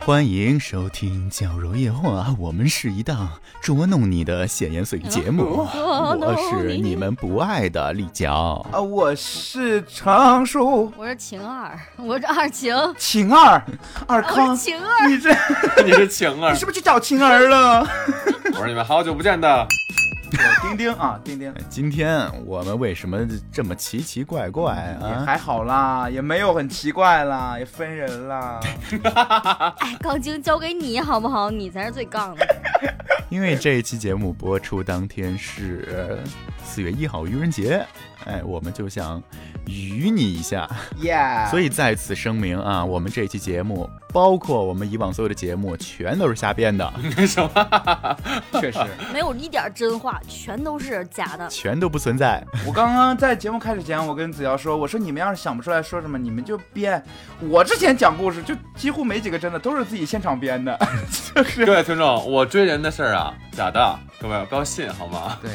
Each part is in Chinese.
欢迎收听《矫揉夜话》，我们是一档捉弄你的闲言碎语节目。哦我是你们不爱的立角，啊，我是常叔我是晴儿，我是二晴，晴 儿，尔我康是，晴儿。你 这 你是晴儿你，是不是去找晴儿了？我说你们好久不见的， 我丁丁啊，丁丁今天我们为什么这么奇奇怪怪也啊？还好啦，也没有很奇怪啦，也分人 啦。哎，钢筋交给你好不好？你才是最杠的。因为这一期节目播出当天是四月一号愚人节，哎，我们就想愚你一下，耶，所以在此声明啊，我们这期节目，包括我们以往所有的节目，全都是瞎编的，什 么？ 确实，没有一点真话，全都是假的。全都不存在。我刚刚在节目开始前，我跟子瑶说，我说你们要是想不出来说什么，你们就编。我之前讲故事就几乎没几个真的，都是自己现场编的，就是各位听众，我追人的事儿啊，假的，各位不要信好吗？ 对。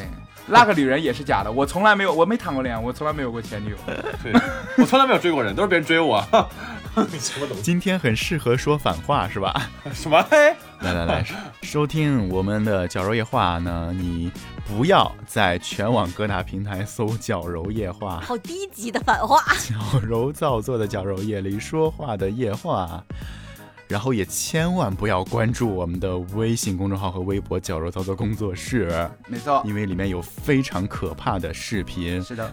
那个女人也是假的，我从来没有，我没谈过恋爱，我从来没有过前 女友。对，我从来没有追过人，都是别人追我。 什么东今天很适合说反话，是吧？西？什么？嘿，来来来，收听我们的《绞肉夜话》呢，你不要在全网各大平台搜“绞肉夜话 好低级的反话，”， 矫揉造作的绞肉夜里说话的夜话。然后也千万不要关注我们的微信公众号和微博“绞肉造作工作室没”，错，因为里面有非常可怕的视频。是的，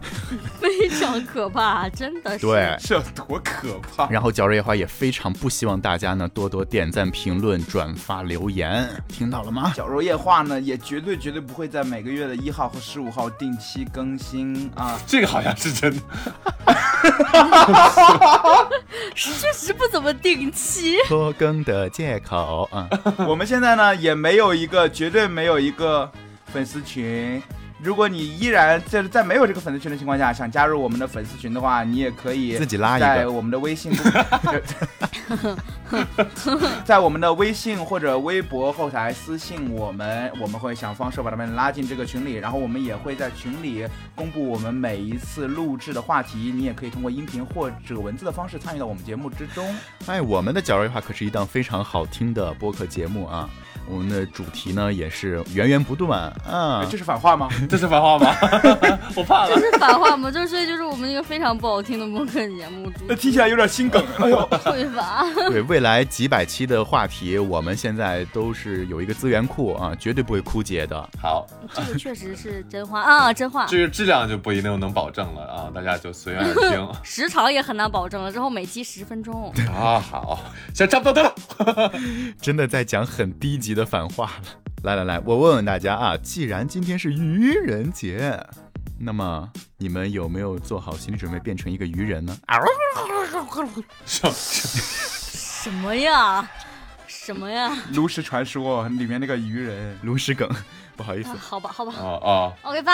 非常可怕，真的是。对， 这多可怕！然后绞肉夜话也非常不希望大家呢多多点赞、评论、转发、留言，听到了 吗？绞肉夜话呢，也绝对绝对不会在每个月的一号和十五号定期更新啊！这个好像是真的。确实不怎么定期。拖更的借口啊。我们现在呢也没有一个，绝对没有一个粉丝群。如果你依然就是在没有这个粉丝群的情况下，想加入我们的粉丝群的话，你也可以自己拉一个在我们的微 信公，在我们的微信或者微博后台私信我们，我们会想方设法的把你拉进这个群里，然后我们也会在群里公布我们每一次录制的话题，你也可以通过音频或者文字的方式参与到我们节目之中。哎，我们的绞肉夜话可是一档非常好听的播客节目啊！我们的主题呢也是源源不断啊哎，这是反话吗？ 这是反话吗？ 我怕这了。是反话吗？这所以就是我们一个非常不好听的播客节目，那听起来有点心梗。哎呦，会吧？对未来几百期的话题，我们现在都是有一个资源库啊，绝对不会枯竭的。好，这个确实是真话啊，真话。至于质量就不一定能保证了啊，大家就随缘而 听时长也很难保证了，之后每期十分钟。啊。好，行，差不多得了。真的在讲很低级的反话了。来来来，我问问大家啊，既然今天是愚人节，那么你们有没有做好心理准备变成一个愚人呢？啊，什么什么呀？什么呀？炉石传说里面那个鱼人，炉石梗， 不好意思啊、，好吧，好吧。哦哦， OK，拜。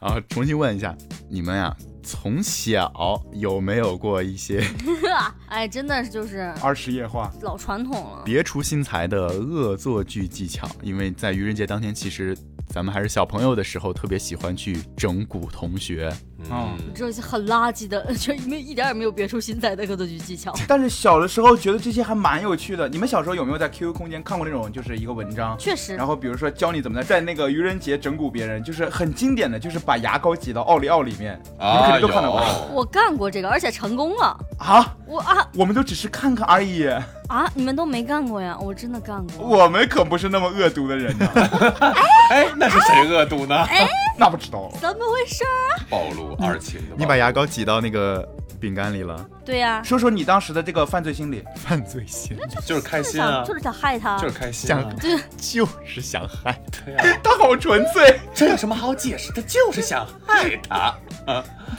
啊，重新问一下，你们呀、啊从小有没有过一些 哎，真的是就是二十夜话，老传统了。别出心裁的恶作剧技巧？因为在愚人节当天，其实咱们还是小朋友的时候，特别喜欢去整蛊同学。嗯嗯，这些很垃圾的， 就没一点也没有别出心裁的恶作剧技巧，但是小的时候觉得这些还蛮有趣的。你们小时候有没有在 QQ 空间看过那种就是一个文章？确实然。后比如说教你怎么在那个愚人节整蛊别人，就是很经典的，就是把牙膏挤到奥利奥里面，你们肯啊定都看到过有，我干过这个，而且成功了。啊。我啊我们都只是看看而已，啊！你们都没干过呀？我真的干过。我们可不是那么恶毒的人呢、哎，那是谁恶毒呢？那不知道，怎么回事儿？暴露二情的吧，你把牙膏挤到那个饼干里 了，对呀、说说你当时的这个犯罪心理。犯罪心理就是开就是心啊想，就是想害他。就是开心啊想。对， 就是想害。对啊呀，他好纯粹， 这有什么好解释的？就是想害他。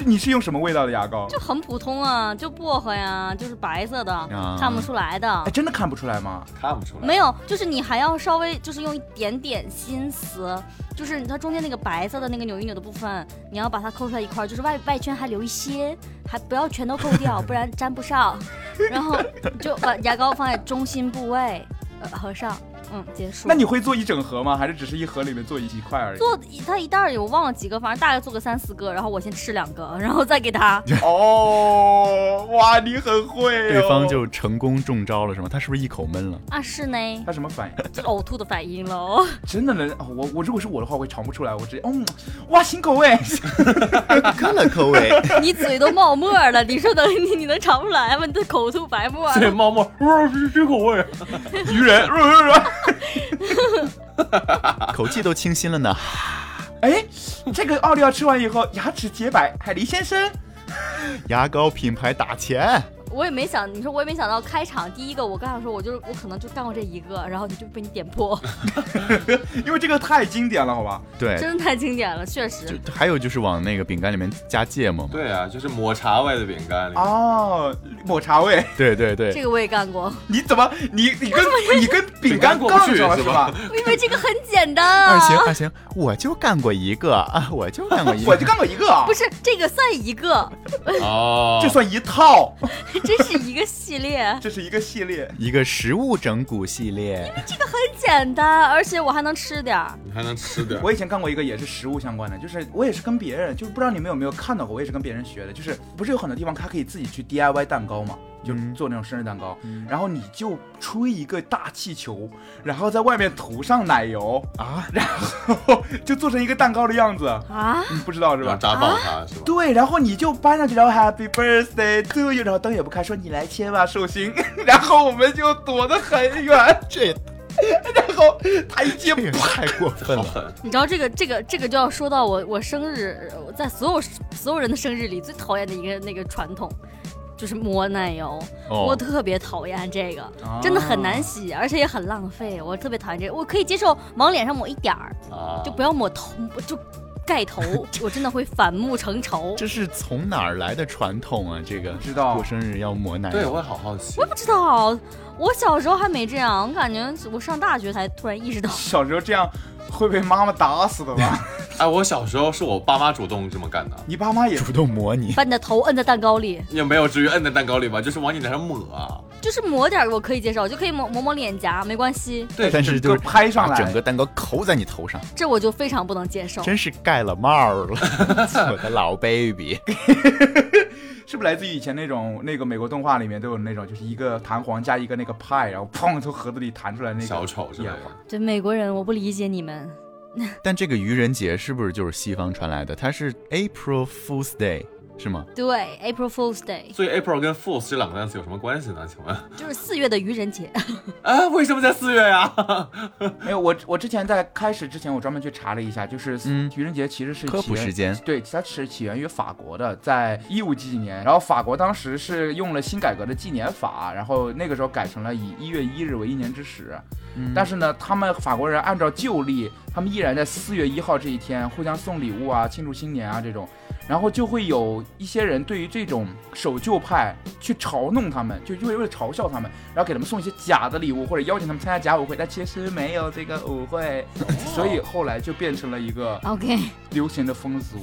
你是用什么味道的牙膏？就很普通啊，就薄荷呀，就是白色的，啊看不出来的哎，。真的看不出来吗？看不出来，没有，就是你还要稍微就是用一点点心思，就是它中间那个白色的那个扭一扭的部分，你要把它抠出来一块儿，就是外外圈还留一些，还不要全都抠掉，不 然粘不上。然后就把牙膏放在中心部位，呃，合上，嗯，结束。那你会做一整盒吗？还是只是一盒里面做一几块而已？做一他一袋儿有忘了几个，反正大概做个三四个，然后我先吃两个，然后再给 他。哦，哇，你很会、哦。 对方就成功中招了，是吗？他是不是一口闷 了？啊，是呢，他什么反应？这呕吐的反应了哦。真的能，哦我我如果是我的话，我会尝不出来，我直接，嗯，哇，新口味，看了口味， 你嘴都冒沫儿了，你说能你你能尝不来吗？你都口吐白沫儿 对，猫猫，哇，这这口味，鱼人，口气都清新了呢。哎，这个奥利奥吃完以后牙齿洁白，海狸先生，牙膏品牌打钱，我也没想，你说我也没想到开场第一个，我刚想说，我就是我可能就干过这一个，然后你就被你点破，因为这个太经典了，好吧？对，真的太经典了，确实。哎就还有就是往那个饼干里面加芥末嘛。对啊，就是抹茶味的饼干里。啊哦，抹茶味， 对对对，这个我也干 过，你怎么，你你跟你跟饼干饼干过不杠去上了是是吧吧？因为这个很简单二 啊。行二行，我就干过一个啊， 我就干过一个，我就干过一个啊不，是这个算一个， 哦，这算一套，这是一个系列，这是一个系列。一个食物整蛊系列，很简单，而且我还能吃点儿。你还能吃点儿。我以前干过一个也是食物相关的，就是我也是跟别人，就是不知道你们有没有看到过，我也是跟别人学的，就是不是有很多地方它可以自己去 DIY 蛋糕嘛，就嗯做那种生日蛋糕，然后你就吹一个大气球，然后在外面涂上奶油，啊，然后就做成一个蛋糕的样子，啊，你不知道是然后吧？扎爆它是吧？对，然后你就搬上去，然后 Happy Birthday to you，然后灯也不开，说你来切吧，寿星， 然后我们就躲得很远，这也然后他一接这也太过分了。你知道这个这个这个就要说到我我生日，呃在所有所有人的生日里最讨厌的一个那个传统，就是抹奶油，我哦，特别讨厌这个，真的很难啊洗，而且也很浪费，我特别讨厌这个。我可以接受往脸上抹一点儿，啊，就不要抹头，就盖 头，我真的会反目成仇。这是从哪儿来的传统啊？这个知道过生日要抹奶对，油，我也好好奇我。不知道，我小时候还没这样，我感觉我上大学才突然意识到。 小时候这样会被妈妈打死的 吧？哎，我小时候是我爸妈主动这么干的，你爸妈也主动抹你，把你的头摁在蛋糕里，也没有至于摁在蛋糕里吧，就是往你脸上抹啊。就是抹点儿我可以接受，就可以抹抹抹脸颊，没关系。对，但是整就个是拍上把来，整个蛋糕扣在你头上，这我就非常不能接受。真是盖了帽儿了，我的老 baby。是不是来自于以前那种那个美国动画里面都有那种，就是一个弹簧加一个那个派，然后砰从盒子里弹出来那个小丑之类的。对美国人，我不理解你们。但这个愚人节是不是就是西方传来的？它是 April Fool's Day 是吗？对，April Fool's Day 所以 April 跟 Fools 这两个单词有什么关系呢？请问，就是四月的愚人节。 啊，为什么在四月呀、哦没有，我我之前在开始之前，我专门去查了一下，就是嗯愚人节其实是科起普源时间对，它是起源于法国的，在一五几几年，然后法国当时是用了新改革的纪年法，然后那个时候改成了以一月一日为一年之始，嗯但是呢，他们法国人按照旧历，他们依然在四月一号这一天互相送礼物啊，庆祝新年啊这种。然后就会有一些人对于这种守旧派去嘲弄他们，就就会为了嘲笑他们，然后给他们送一些假的礼物，或者邀请他们参加假舞会，但其实没有这个舞会，所以后来就变成了一个 OK，fine，、流行的风俗。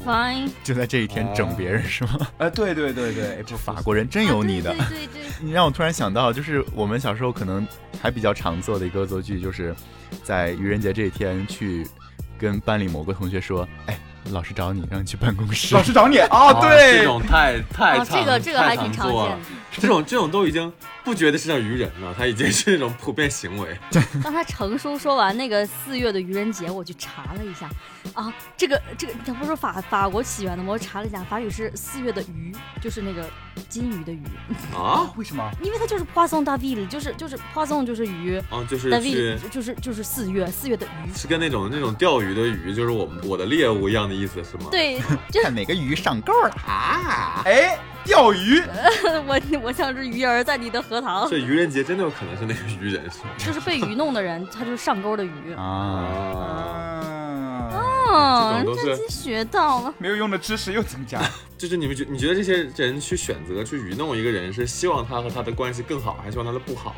就在这一天整别人是吗？呃，对对对对，这法国人真有你的。啊对对对对你让我突然想到，就是我们小时候可能还比较常做的一个恶作剧，就是在愚人节这一天去跟班里某个同学说：“哎，老师找你，让你去办公室老。师找你啊，啊这对，种太太哦，常、这个这个还挺常见的。这种这种都已经不觉得是叫愚人了，它已经是那种普遍行为。刚才程叔说完那个四月的愚人节，我去查了一下，啊，这个这个，他不是说法法国起源的吗？我查了一下，法语是四月的鱼，就是那个金鱼的鱼，啊？为什么？因为它就是 poisson d'avril，就是就是 poisson 就是鱼哦、就是去，d'avril 就是就是四月四月的鱼，是跟那种那种钓鱼的鱼，就是我们我的猎物一样的意思是吗？，对，”看哪个鱼上钩了啊！哎，钓鱼，我我像只鱼儿在你的荷塘，这愚人节真的有可能是那个愚人是吗？就是被鱼弄的人，他就是上钩的鱼。啊，啊，嗯，嗯这种，都是啊真学到了。没有用的知识又增加。就是你们觉你觉得这些人去选择去愚弄一个人，是希望他和他的关系更好，还是希望他的不好？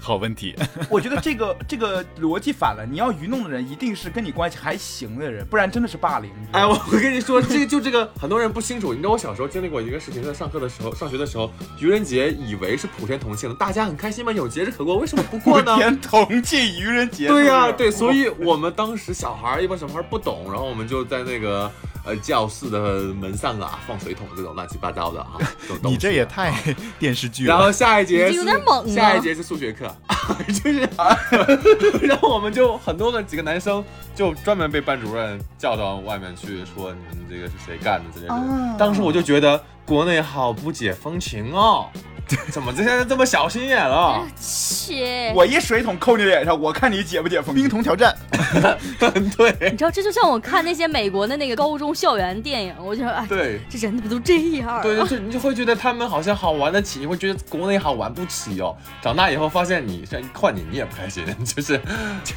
好问题，我觉得这个这个逻辑反了，你要愚弄的人一定是跟你关系还行的人，不然真的是霸凌。你知道哎，吗我我跟你说，这个就这个很多人不清楚。你知道我小时候经历过一个事情，在上课的时候，上学的时候，愚人节以为是普天同庆，大家很开心嘛，有节日可过，为什么不过我呢？天，同庆愚人节。对呀、是不是对，所以我们当时小孩儿一帮小孩儿不懂，然后我们就在那个呃教室的门上啊放水桶这种乱七八糟的啊，这种 东西你这也啊太电视剧然了。后下一节你是这有点猛啊下一节是数学课， 就是，然后我们就很多个几个男生就专门被班主任叫到外面去说你们这个是谁干的之类的。哦啊当时我就觉得国内好不解风情哦，怎么这些人这么小心眼啊 了？切！我一水桶扣你脸上，我看你解不解风。 冰桶挑战，对你知道，这就像我看那些美国的那个高中校园电影，我就说，哎，对。这人怎么都这样啊？对，就是你就会觉得他们好像好玩得起，你会觉得国内好玩不起哦。长大以后发现你像换你你也不开心，就是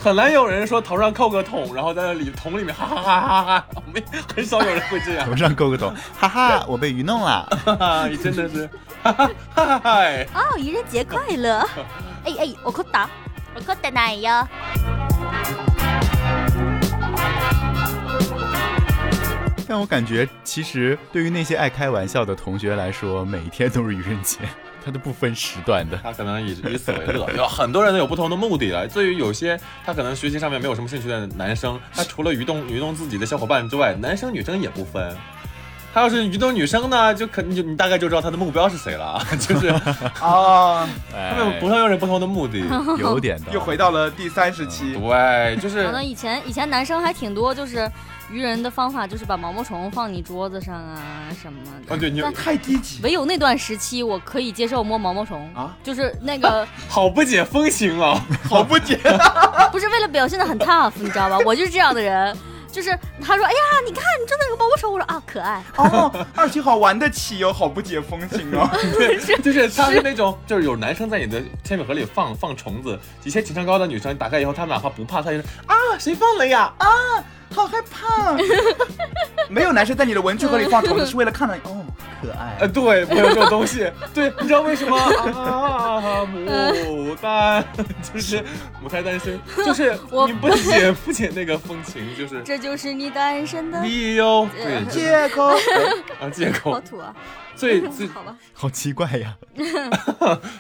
很难有人说头上扣个桶，然后在那里桶里面哈哈哈哈哈哈，没很少有人会这样头上勾个头，哈哈，我被愚弄了。哈哈，你真的是哈哈哈哈哈哎。哦，愚人节快乐！哎哎，我可打，我可打奶呀！但我感觉，其实对于那些爱开玩笑的同学来说，每一天都是愚人节，他都不分时段的。他可能以以此为乐，有很多人都有不同的目的了。对于有些他可能学习上面没有什么兴趣的男生，他除了愚弄愚弄自己的小伙伴之外，男生女生也不分。他要是愚弄女生呢，就可你就你大概就知道他的目标是谁了啊，就是啊，他哎们有不同有人不同的目的。有点的，又回到了第三十期。啊对，就是可能以前以前男生还挺多，就是愚人的方法就是把毛毛虫放你桌子上啊什么哦，的。对你但太低级唯有那段时期，我可以接受摸毛毛虫啊，就是那个好不解风情哦，好不解。不是为了表现的很 tough，你知道吧？ 我就是这样的人，就是他说，哎呀，你看你真的有毛毛虫，我说啊，可爱。哦，二七好玩得起哟，好不解风情哦。对，就是他是那种，就是有男生在你的铅笔盒里放放虫子，一些情商高的女生打开以后，她哪怕不怕，她也是啊，谁放了呀？啊，好害怕。 没有男生在你的文具盒里放虫子是为了看到你哦，可爱。呃，对，没有这种东西。对，你知道为什么啊？牡丹就是母胎单身，就是我你不解不解那个风情， 就是这就是你单身的理由对就是借口。啊借好 口，土啊！最最好吧，好奇怪呀。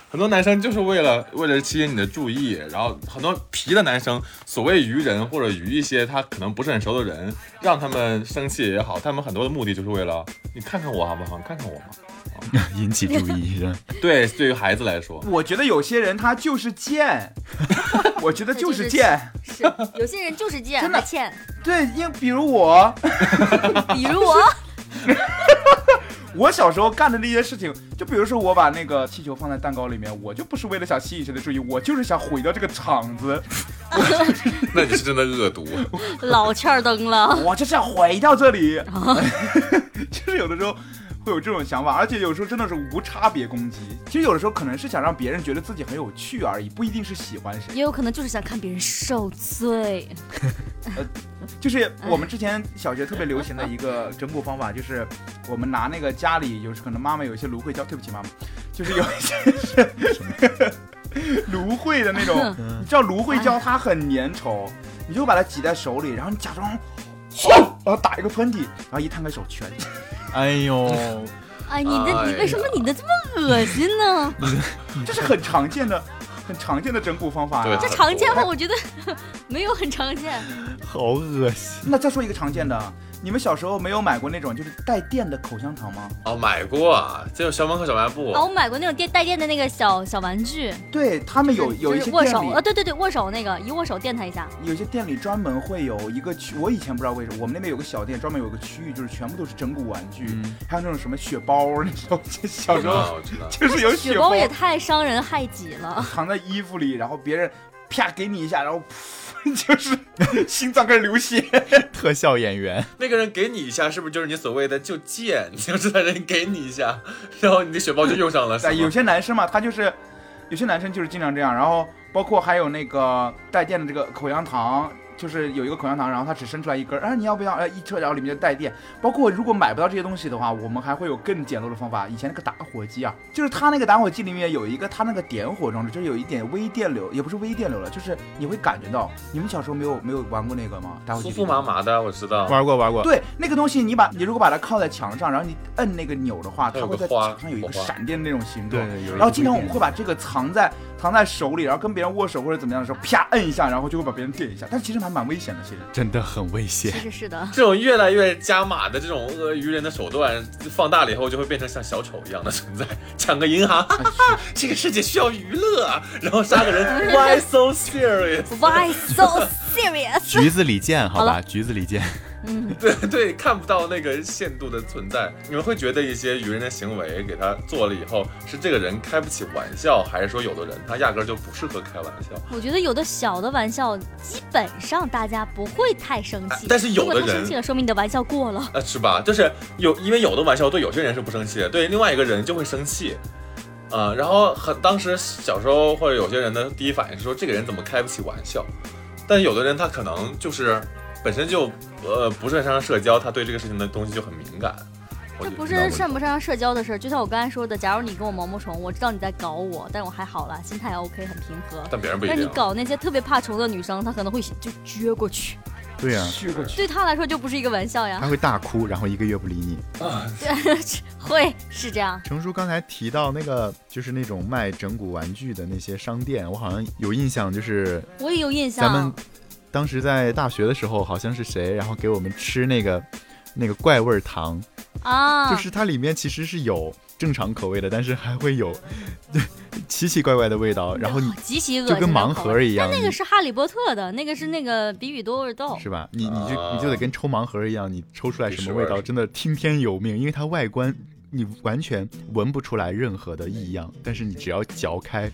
很多男生就是为了为了吸引你的注意，然后很多皮的男生，所谓愚人或者愚一些他可能不是很熟的人，让他们生气也好，他们很多的目的就是为了你看看我好不好，你看看我嘛。引起注意， 真的对，对于孩子来 说，我觉得有些人他就是贱，我觉得就是 贱。是有些人就是贱，真的还欠，对，因为比如我，比如我。我小时候干的那些事情，就比如说我把那个气球放在蛋糕里面，我就不是为了想吸引谁的注意，我就是想毁掉这个场子，那你是真的恶毒。老欠儿灯了。我就是要毁掉这里。就是有的时候。会有这种想法，而且有时候真的是无差别攻击。其实有的时候可能是想让别人觉得自己很有趣而已，不一定是喜欢谁。也有可能就是想看别人受罪，就是嗯我们之前小学特别流行的一个整蛊方法，就是我们拿那个家里有时可能妈妈有一些芦荟胶，对不起妈妈，就是有一些是 芦荟的那嗯种，你知道芦荟哎胶它很粘稠，你就把它挤在手里，然后你假装。轰然后打一个喷嚏，然后一摊开手全，哎呦，哎，你的你哎呀为什么你的这么恶心呢？这是很常见的、很常见的整蛊方法、对啊这。常见吗？我觉得 没有很常见。好恶心！那再说一个常见的，啊你们小时候没有买过那种就是带电的口香糖吗？哦，买过啊，这种小门口小卖部啊，我买过那种电带电的那个小小玩具，对他们有有一就些是握店手里啊，对对对，握手那个一握手电它一下，有些店里专门会有一个区，我以前不知道为什么，我们那边有个小店，专门有个区域，就是全部都是整蛊玩具，嗯还有那种什么雪包，你知道吗，小时啊，候我知 道。 就是有雪包包也太伤人害己 了。藏在衣服里，然后别人啪给你一下，然后噗， 就是心脏开始流血。特效演员，那个人给你一下，是不是就是你所谓的就贱？就是他人给你一下，然后你的雪豹就用上了，是哎，有吗？些男生嘛，他就是，有些男生就是经常这样，然后包括还有那个带电的这个口香糖。就是有一个口香糖，然后它只伸出来一根儿，啊，你要不要？呃，一扯，然后里面就带电。包括如果买不到这些东西的话，我们还会有更简陋的方法。以前那个打火机啊，就是它那个打火机里面有一个它那个点火装置，就是有一点微电流，也不是微电流了，就是你会感觉到。你们小时候没有没有玩过那个吗？打火机酥里酥面麻麻的，我知道。玩过玩过，对，那个东西你把你如果把它靠在墙上，然后你摁那个钮的话，它它有会个在花墙上有一个火花闪电那种形状。对有一然后个经常微我们电会把这个藏在藏在手里，然后跟别人握手或者怎么样的时候，啪摁一下，然后就会把别人电一下。但其实还蛮危险的，其实。真的很危险其。实是的，这种越来越加码的这种呃愚人的手段，放大了以后就会变成像小丑一样的存在，抢个银哎行，哈哈哈 这个世界需要娱乐啊，然后杀 个人，Why so serious？ Why so serious？橘子李健，好好吧，橘子李 健，嗯，对 对，看不到那个限度的存在。你们会觉得一些愚人的行为给他做了以后，是这个人开不起玩笑，还是说有的人他压根儿就不适合开玩笑？我觉得有的小的玩笑，基本上大家不会太生气。但是有如果的太人生气了，说明你的玩笑过了。啊，是吧？就是有，因为有的玩笑对有些人是不生气的，对另外一个人就会生气，啊、然后很当时小时候或者有些人的第一反应是说这个人怎么开不起玩笑，但有的人他可能就是本身就呃不擅长社交，他对这个事情的东西就很敏感。我这就不遇到是过擅不擅长社交的事儿，就像我刚才说的，假如你跟我毛毛虫，我知道你在搞我，但我还好啦，心态 OK，很平和。但别人不一但定啊你。搞那些特别怕虫的女生，她可能会就撅过去，对呀、去过去。对她来说就不是一个玩笑他呀。会大哭，然后一个月不理你。啊 会是这样，程叔刚才提到那个，就是那种卖整蛊玩具的那些商店，我好像有印象，就是我也有印象。咱们当时在大学的时候，好像是谁，然后给我们吃那个那个怪味儿糖，啊，就是它里面其实是有正常口味的，但是还会有 奇奇怪怪的味道，然后你极其恶就心，跟盲盒一样，那你个是哈利波特的，那个是那个比比多味豆，是吧？你你就啊你就得跟抽盲盒一样，你抽出来什么味你试味道，儿真的听天由命，因为它外观你完全闻不出来任何的异样，但是你只要嚼开，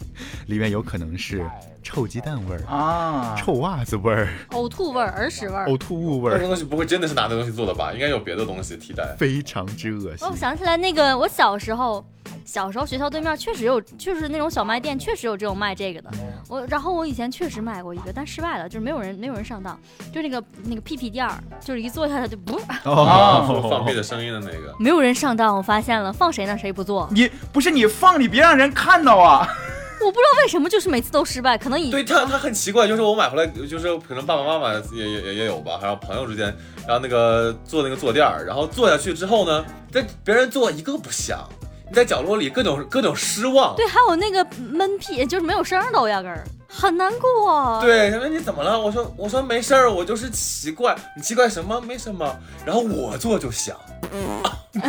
里面有可能是臭鸡蛋味儿、啊，臭袜子味儿、呕吐味儿、耳屎味儿。呕吐物味那个儿，东西不会真的是拿那东西做的吧？应该有别的东西替代。非常之恶心哦，我。想起来那个，我小时候，小时候学校对面确实有，确实那种小卖店确实有这种卖这个的。嗯我然后我以前确实买过一个，但失败了，就是没有人没有人上当，就那个那个屁屁垫儿，就是一坐下来就不，哦啊放屁的声音的那个，没有人上当。我发现了，放谁那谁不做，你不是你放，你别让人看到啊！我不知道为什么，就是每次都失败，可能以对他，他很奇怪，就是我买回来，就是可能爸爸妈妈也也也也有吧，还有朋友之间，然后那个坐那个坐垫儿，然后坐下去之后呢，这别人坐一个不响，你在角落里各种各种失望，对，还有那个闷屁，就是没有声儿的，我压根儿很难过。对，他说你怎么了？我说我说没事儿，我就是奇怪，你奇怪什么？没什么。然后我做就响，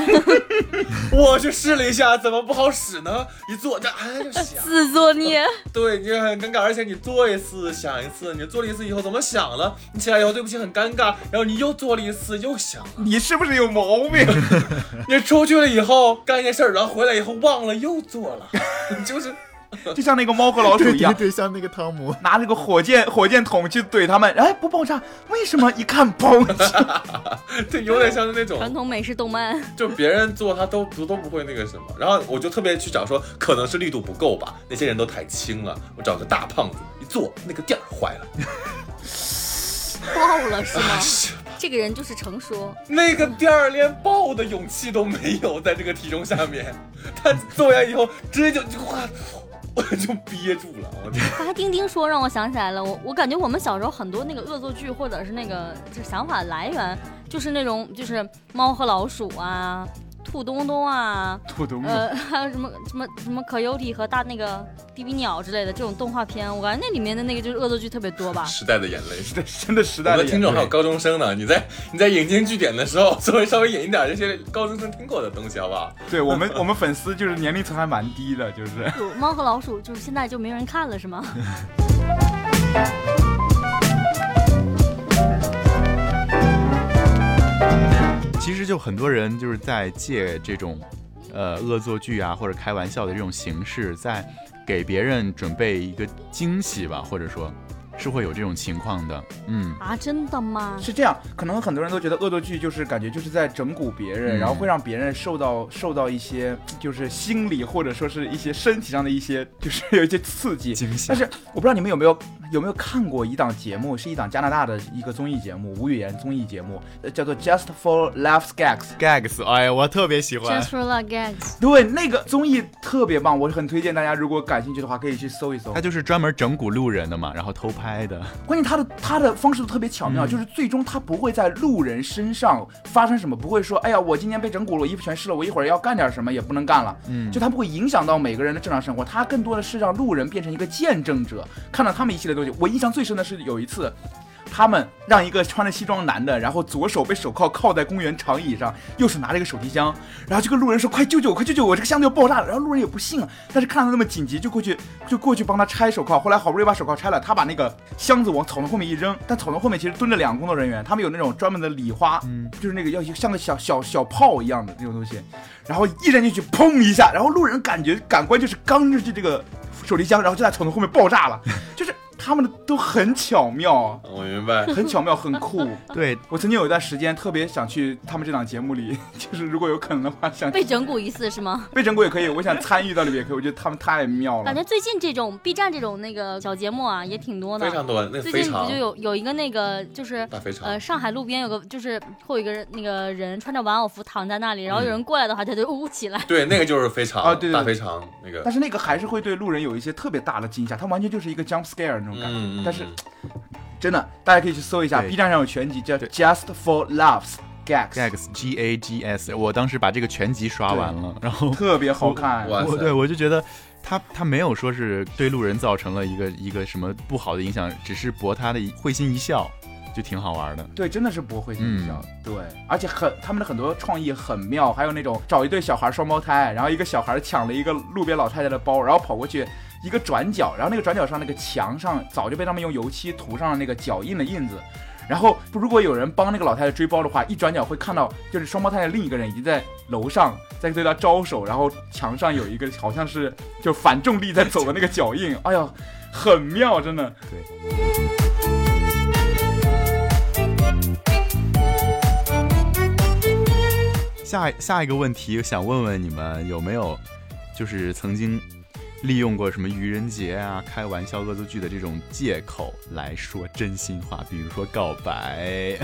我去试了一下，怎么不好使呢？一做这哎就响。自作孽，对，你就很尴尬，而且你做一次想一次，你做了一次以后怎么想了？你起来以后对不起很尴尬，然后你又做了一次又想了，你是不是有毛病？你出去了以后干一件事儿，然后回来以后忘了又做了，你就是就像那个猫和老鼠对一对样，对，像那个汤姆，拿那个火箭火箭筒去怼他们，哎，不爆炸，为什么？一看砰！ 对，有点像是那传种，统美式动漫， 就别人做他都都都不会那个什么，然后我就特别去找说，可能是力度不够吧，那些人都太轻了，我找个大胖子一坐，那个垫儿坏了，爆了是吗？这个人就是成说，那个第二连抱的勇气都没有，在这个体重下面，他做完以后直接就就哇，我就憋住了。我就。刚才啊丁丁说让我想起来了，我我感觉我们小时候很多那个恶作剧或者是那个就是想法来源就是那种就是猫和老鼠啊、兔东东啊、土东东呃还有什么什么什么可优体和大那个比比鸟之类的这种动画片，我感觉那里面的那个就是恶作剧特别多吧时代的眼泪。真的真的时我代们的的听众还有眼泪高中生呢，你在你在引经据典的时候，稍微稍微引一点这些高中生听过的东西，好不好？对我们我们粉丝就是年龄层还蛮低的，就是有猫和老鼠就是现在就没人看了是吗？其实就很多人就是在借这种，呃，恶作剧啊或者开玩笑的这种形式，在给别人准备一个惊喜吧，或者说是会有这种情况的。嗯， 啊，真的吗？是这样，可能很多人都觉得恶作剧就是感觉就是在整蛊别人，嗯然后会让别人受到受到一些就是心理或者说是一些身体上的一些就是有一些刺激。惊喜但。是我不知道你们有没有有没有看过一档节目？是一档加拿大的一个综艺节目，无语言综艺节目，呃叫做 Just for Laughs Gags。 gags，哎呀，我特别喜欢 Just，for love gags，对，那个综艺特别棒，我很推荐大家，如果感兴趣的话，可以去搜一搜他。就是专门整蛊路人的嘛，然后偷拍的。关键他的他的方式特别巧妙，就是最终他不会在路人身上发生什么，不会说，哎呀，我今天被整蛊了，我衣服全湿了，我一会儿要干点什么也不能干了。嗯就他不会影响到每个人的正常生活，他更多的是让路人变成一个见证者，看到他们一系列东西。我印象最深的是有一次。他们让一个穿着西装男的，然后左手被手铐铐在公园长椅上，右手拿着一个手提箱，然后就跟路人说：“快救救我，快救救我，这个箱子要爆炸了。”然后路人也不信啊，但是看到他那么紧急，就过去就过去帮他拆手铐。后来好不容易把手铐拆了，他把那个箱子往草丛后面一扔，但草丛后面其实蹲着两个工作人员，他们有那种专门的礼花，嗯，就是那个要像个小小小炮一样的那种东西，然后一扔进去，砰一下，然后路人感觉感官就是刚进去这个手提箱，然后就在草丛后面爆炸 了，就是他们的都很巧妙， 我明白。很巧妙，很酷。对，我曾经有一段时间特别想去他们这档节目里， 就是如果有可能的话，想被整蛊一次是吗？被整蛊也可以，我想参与到里面也可以，我觉得他们太妙 感了觉。最近这种 B 站这种那个小节目啊也挺多非的。常多，那最非近不常啊就有有一个那个就是大肥肠，呃，上海路边有个，就是会有一个人，那个人穿着玩偶服躺在那里，然后有人过来的话，他就呜呜起来。对，那个就是肥肠啊对对大对肥肠那个但，是那个还是会对路人有一些特别大的惊吓，他完全就是一个 jump scare 那种感觉。嗯，嗯但是嗯真的，大家可以去搜一下对，B 站上有全集叫对 Just for Laughs Gags， gags G A G S，我当时把这个全集刷完了，然后特别好看。我哇我塞对我就觉得他他没有说是对路人造成了一个一个什么不好的影响，只是博他的一会心一笑，就挺好玩的。对，真的是不会嗯营销。对，而且很他们的很多创意很妙，还有那种找一对小孩双胞胎，然后一个小孩抢了一个路边老太太的包，然后跑过去一个转角，然后那个转角上那个墙上早就被他们用油漆涂上了那个脚印的印子。然后，如果有人帮那个老太太追包的话，一转角会看到，就是双胞胎的另一个人已经在楼上在对她招手，然后墙上有一个好像是就反重力在走的那个脚印，哎呀，很妙，真的。下下一个问题，想问问你们有没有就是曾经利用过什么愚人节啊、开玩笑、恶作剧的这种借口来说真心话，比如说告白，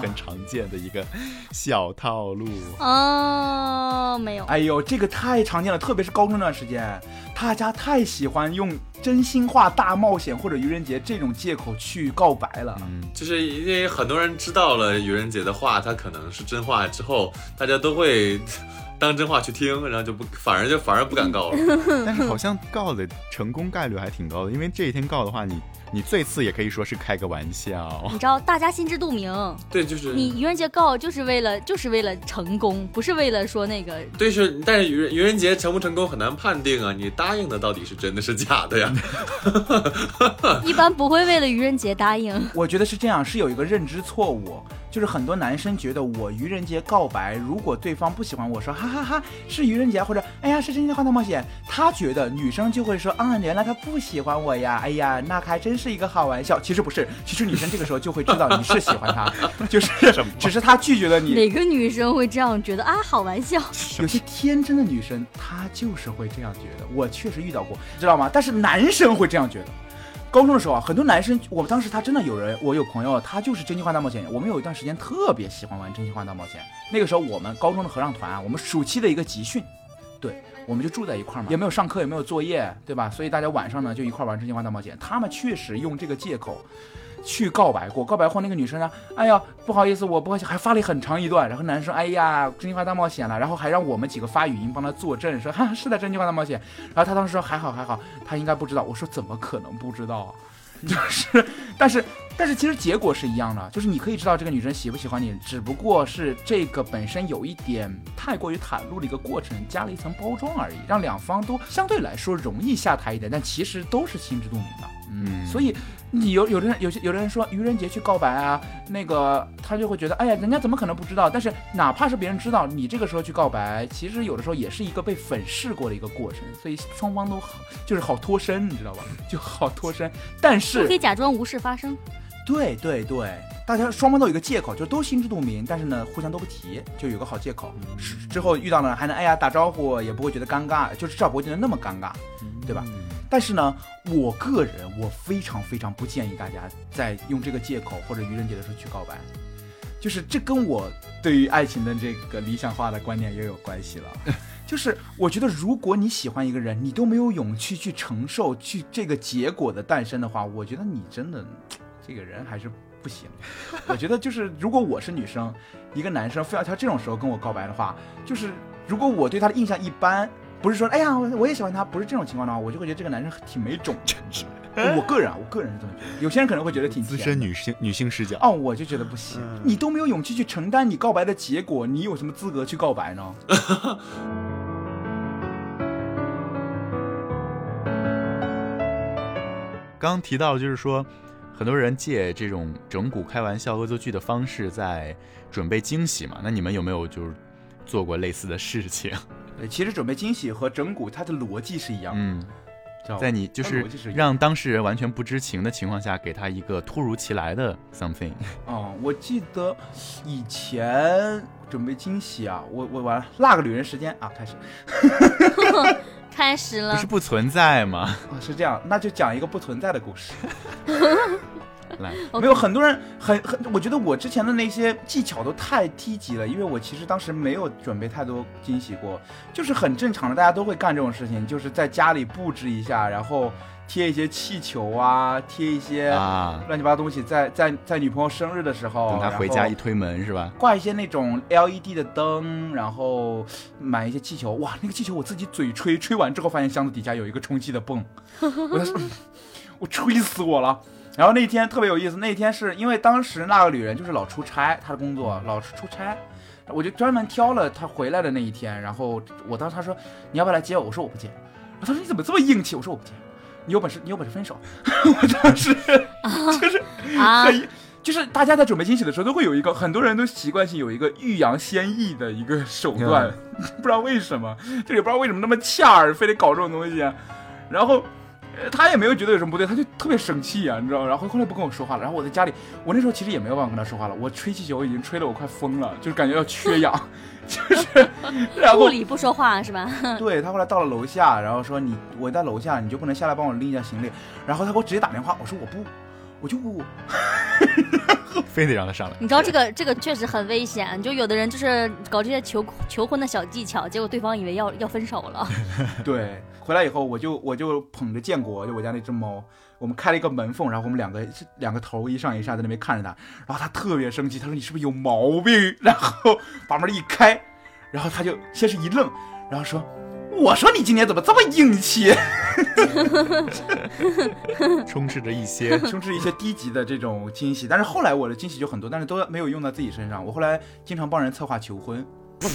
很常见的一个小套路。哦，没有，哎呦，这个太常见了，特别是高中那段时间，大家太喜欢用真心话大冒险或者愚人节这种借口去告白了。嗯，就是因为很多人知道了愚人节的话，它可能是真话之后，大家都会 当真话去听，然后就不反而就反而不敢告嗯了。但是好像告的成功概率还挺高的，因为这一天告的话，你你最次也可以说是开个玩笑。你知道，大家心知肚明，对，就是你愚人节告就是为了就是为了成功，不是为了说那个。对是，但是愚人愚人节成不成功很难判定啊，你答应的到底是真的是假的呀？一般不会为了愚人节答应。我觉得是这样，是有一个认知错误，就是很多男生觉得我愚人节告白，如果对方不喜欢我说哈哈哈是愚人节，或者哎呀是真心的话大冒险，他觉得女生就会说啊原来他不喜欢我呀，哎呀那还真是一个好玩笑。其实不是，其实女生这个时候就会知道你是喜欢他，就是 只是他拒绝了你，哪个女生会这样觉得啊？好玩笑，有些天真的女生，她就是会这样觉得，我确实遇到过，知道吗？但是男生会这样觉得。高中的时候啊，很多男生，我们当时他真的有人，我有朋友，他就是真心话大冒险。我们有一段时间特别喜欢玩真心话大冒险。那个时候我们高中的合唱团啊，我们暑期的一个集训，对，我们就住在一块儿嘛，也没有上课，也没有作业，对吧？所以大家晚上呢就一块儿玩真心话大冒险。他们确实用这个借口去告白过，告白后那个女生呢，哎呀，不好意思，我不好意思，还发了很长一段。然后男生，哎呀，真心话大冒险了，然后还让我们几个发语音帮他作证，说哈是在真心话大冒险。然后他当时说还好还好，他应该不知道。我说怎么可能不知道啊？就是，但是但是其实结果是一样的，就是你可以知道这个女生喜不喜欢你，只不过是这个本身有一点太过于袒露的一个过程，加了一层包装而已，让两方都相对来说容易下台一点，但其实都是心知肚明的。嗯，所以以你有有的人有些有的人说愚人节去告白啊，那个他就会觉得，哎呀，人家怎么可能不知道？但是哪怕是别人知道，你这个时候去告白，其实有的时候也是一个被粉饰过的一个过程，所以双方都好就是好脱身，你知道吧？ 就好脱身。但我可以是假装无事发生。对对对，大家双方都有一个借口，就都心知肚明，但是呢，互相都不提，就有个好借口。是嗯之后遇到了还能哎呀打招呼，也不会觉得尴尬，就是至少不会觉得那么尴尬。对吧？但是呢，我个人我非常非常不建议大家在用这个借口或者愚人节的时候去告白，就是这跟我对于爱情的这个理想化的观念也有关系了。就是我觉得，如果你喜欢一个人，你都没有勇气去承受去这个结果的诞生的话，我觉得你真的这个人还是不行。我觉得就是，如果我是女生，一个男生非要挑这种时候跟我告白的话，就是如果我对他的印象一般，不是说哎呀我我也喜欢他，不是这种情况的话，我就会觉得这个男生挺没种。我个人啊，我个人是这么觉得。有些人可能会觉得挺资甜深女性女性视角，哦，我就觉得不行，你都没有勇气去承担你告白的结果，你有什么资格去告白呢？刚提到就是说，很多人借这种整蛊开玩笑、恶作剧的方式在准备惊喜嘛。那你们有没有就是做过类似的事 情？对，其实准备惊喜和整蛊它的逻辑是一样的，嗯，知道吧在你就它的是逻辑是一样的让当事人完全不知情的情况下，给他一个突如其来的 something。哦，我记得以前准备惊喜啊，我我完了，那个旅人时间啊，开始开始不了是，不存在吗？啊是这样，那就讲一个不存在的 故事。来， OK 没有很多人很很，我觉得我之前的那些技巧都太低级了，因为我其实当时没有准备太多惊喜过，就是很正常的，大家都会干这种事情，就是在家里布置一下，然后贴一些气球啊，贴一些啊，乱七八糟东西，在在在女朋友生日的时候，等他回家然后一推门是吧？ 挂一些那种 LED 的灯，然后买一些气球。哇，那个气球我自己嘴吹，吹完之后发现箱子底下有一个充气的泵， 我当时我吹死我了。然后那天特别有意思，那天是因为当时那个旅人就是老出差，他的工作老是出差。我就专门挑了他回来的那一天，然后我当时他说你要不要来接我？我说我不接。他说你怎么这么硬气？我说我不接。你有本事你有本事分手。我当时啊，很，就是大家在准备惊喜的时候，都会有一个很多人都习惯性有一个欲扬先抑的一个手段， 不知道为什么，就也不知道为什么那么恰儿，非得搞这种东西、啊然后。呃他也没有觉得有什么不对，他就特别生气啊，你知道吗？然后后来不跟我说话了。然后我在家里，我那时候其实也没有办法跟他说话了。我吹气球已经吹得我快疯了，就是感觉要缺氧， 就是，然物后理不说话是吧？对他后来到了楼下，然后说你我在楼下，你就不能下来帮我拎一下行李。然后他给我直接打电话，我说我不，我就不，非得让他上来。你知道这个这个确实很危险，就有的人就是搞这些求求婚的小技巧，结果对方以为要要分手了。对，回来以后我就我就捧着建国，就我家那只猫，我们开了一个门缝，然后我们两个两个头一上一下在那边看着它，然后它特别生气，它说你是不是有毛病？ 然后把门一开，然后它就先是一愣，然后说。我说你今年怎么这么硬气？ 充斥着一些充斥一些低级的这种惊喜，但是后来我的惊喜就很多，但是都没有用到自己身上。我后来经常帮人策划求婚，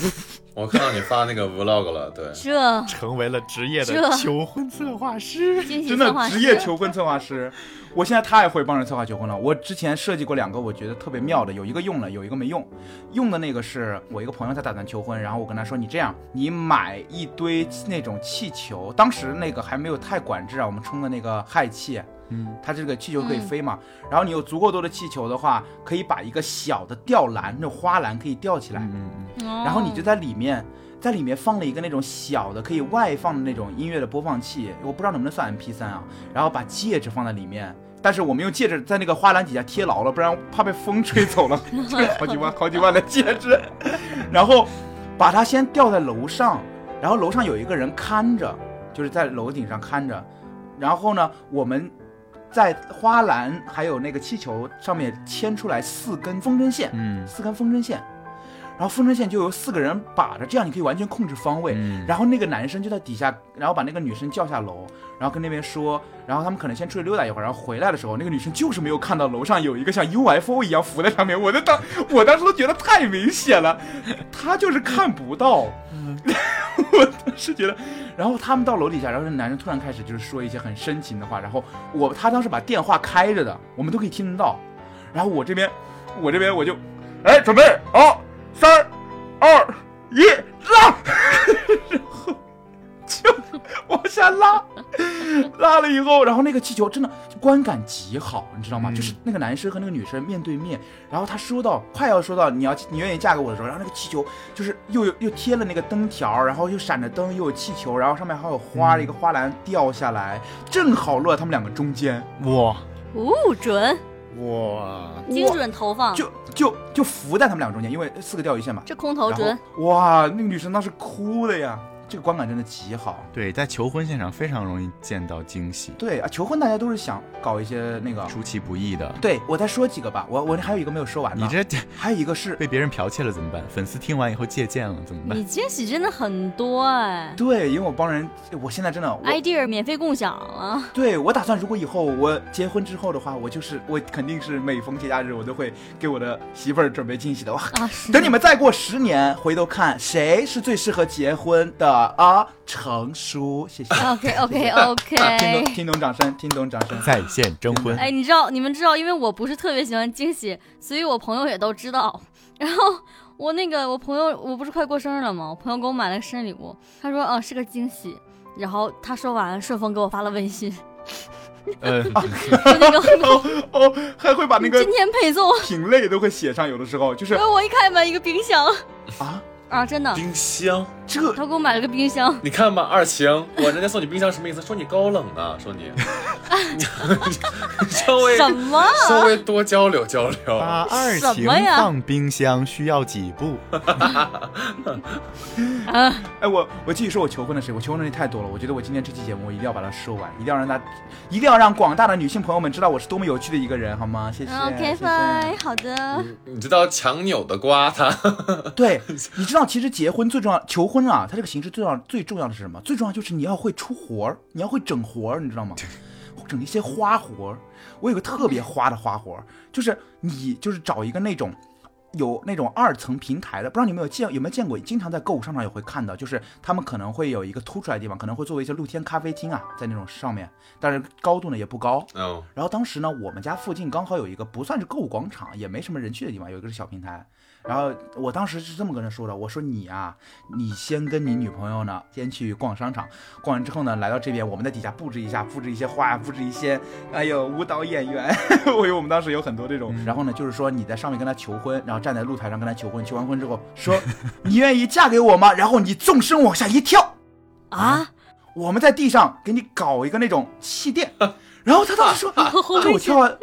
我看到你发那个 vlog 了，对，这成为了职业的这求婚策划师。惊喜真策的划职业师求婚策划师，我现在太会帮人策划求婚了。我之前设计过两个，我觉得特别妙的，有一个用了，有一个没用。用的那个是我一个朋友，他打算求婚，然后我跟他说，你这样，你买一堆那种气球，当时那个还没有太管制啊，我们充的那个氦气，嗯，它这个气球可以嗯飞嘛。然后你有足够多的气球的话，可以把一个小的吊篮，那种花篮可以吊起来。嗯然然后你就在里面，在里面放了一个那种小的可以外放的那种音乐的播放器，我不知道能不能算 MP 3啊。然后把戒指放在里面，但是我们用戒指在那个花篮底下贴牢了，不然怕被风吹走了， 这个好几万好几万的戒指。然后把它先吊在楼上，然后楼上有一个人看着，就是在楼顶上看着。然后呢，我们在花篮还有那个气球上面牵出来四根风筝线，嗯四根风筝线，然后风筝线就由四个人把着，这样你可以完全控制方位。嗯，然后那个男生就在底下，然后把那个女生叫下楼，然后跟那边说，然后他们可能先出去溜达一会儿，然后回来的时候，那个女生就是没有看到楼上有一个像 UFO 一样浮在上面，我在当我当时都觉得太明显了，她就是看不到，嗯 我当时觉得，然后他们到楼底下，然后那男生突然开始就是说一些很深情的话，然后我他当时把电话开着的，我们都可以听得到，然后我这边我这边我就，哎，准备好，三二一， 拉。往下拉，拉了以以后，然后那个气球真的观感极好，你知道吗？嗯就是那个男生和那个女生面对面，然后他说到快要说到你要你愿意嫁给我的时候，然后那个气球就是又有又贴了那个灯条，然后又闪着灯，又有气球，然后上面还有花，嗯一个花篮掉下来，正好落在他们两个中间，哇哦，准，哇，精准投放，就就就浮在他们两个中间，因为四个钓鱼线嘛。这空投然准，后哇，那个女生当时哭的呀，这个观感真的极好。对，在求婚现场非常容易见到惊喜，对啊，求婚大家都是想搞一些那个。出其不意的。对我再说几个吧，我我还有一个没有说完呢。你这还有一个是，被别人剽窃了怎么办？粉丝听完以后借鉴了怎么办你？惊喜真的很多哎对，因为我帮人，我现在真的，我，idea 免费共享啊了，对我打算，如果以后我结婚之后的话，我就是我肯定是每逢节假日，我都会给我的媳妇儿准备惊喜的。 哇，啊，是等你们再过十年回头看，谁是最适合结婚的啊？成叔， 谢谢。 OK OK 啊听哦 OK 懂，。听懂掌声，听懂掌声。在线征婚，哎，你知道，你们知道，因为我不是特别喜欢惊喜，所以我朋友也都知道。 然后我那个我朋友，我不是快过生日了吗？我朋友给我买了个生日礼物，他说，哦，是个惊喜。然后他说完，顺丰给我发了微 信，嗯， 说那个哦，还会把那个今天配送。品类都会写上，有的时候就是然 后我一开门，一个冰箱啊，啊，真的，冰箱，这他给我买了个冰箱。你看吧，二晴，我人家送你冰箱什么意思？说你高冷呢，说你，你稍微什 么？啊稍微多交流交流。把二什情么呀放冰箱需要几步？哎，我我继续说，我求婚的事，我求婚的事太多了。我觉得我今天这期节目我一定要把它说完，一定要让大，一定要让广大的女性朋友们知道我是多么有趣的一个人，好吗？谢谢。嗯谢，OK 谢 fine，好的。嗯你知道强扭的瓜他，对，你知道其实结婚最重要，求婚啊，它这个形式最重要最重要的是什么？最重要就是你要会出活儿，你要会整活儿，你知道吗？整一些花活儿。我有个特别花的花活儿，就是你就是找一个那种。有那种二层平台的，不知道你们有见有没有见过？经常在购物商场也会看到，就是他们可能会有一个凸出来的地方，可能会作为一些露天咖啡厅啊，在那种上面，但是高度呢也不高，嗯，然后当时呢，我们家附近刚好有一个不算是购物广场，也没什么人去的地方，有一个是小平台。然后我当时是这么跟他说的，我说你啊，你先跟你女朋友呢，先去逛商场，逛完之后呢，来到这边，我们在底下布置一下，布置一些花呀，布置一些，哎呦，舞蹈演员， 我以为我们当时有很多这种。然后呢，就是说你在上面跟他求婚，然后站在露台上跟他求婚，求完婚之后说 你愿意嫁给我吗？然后你纵身往下一跳，啊，我们在地上给你搞一个那种气垫。啊然后他当时说我：“这我会跳下，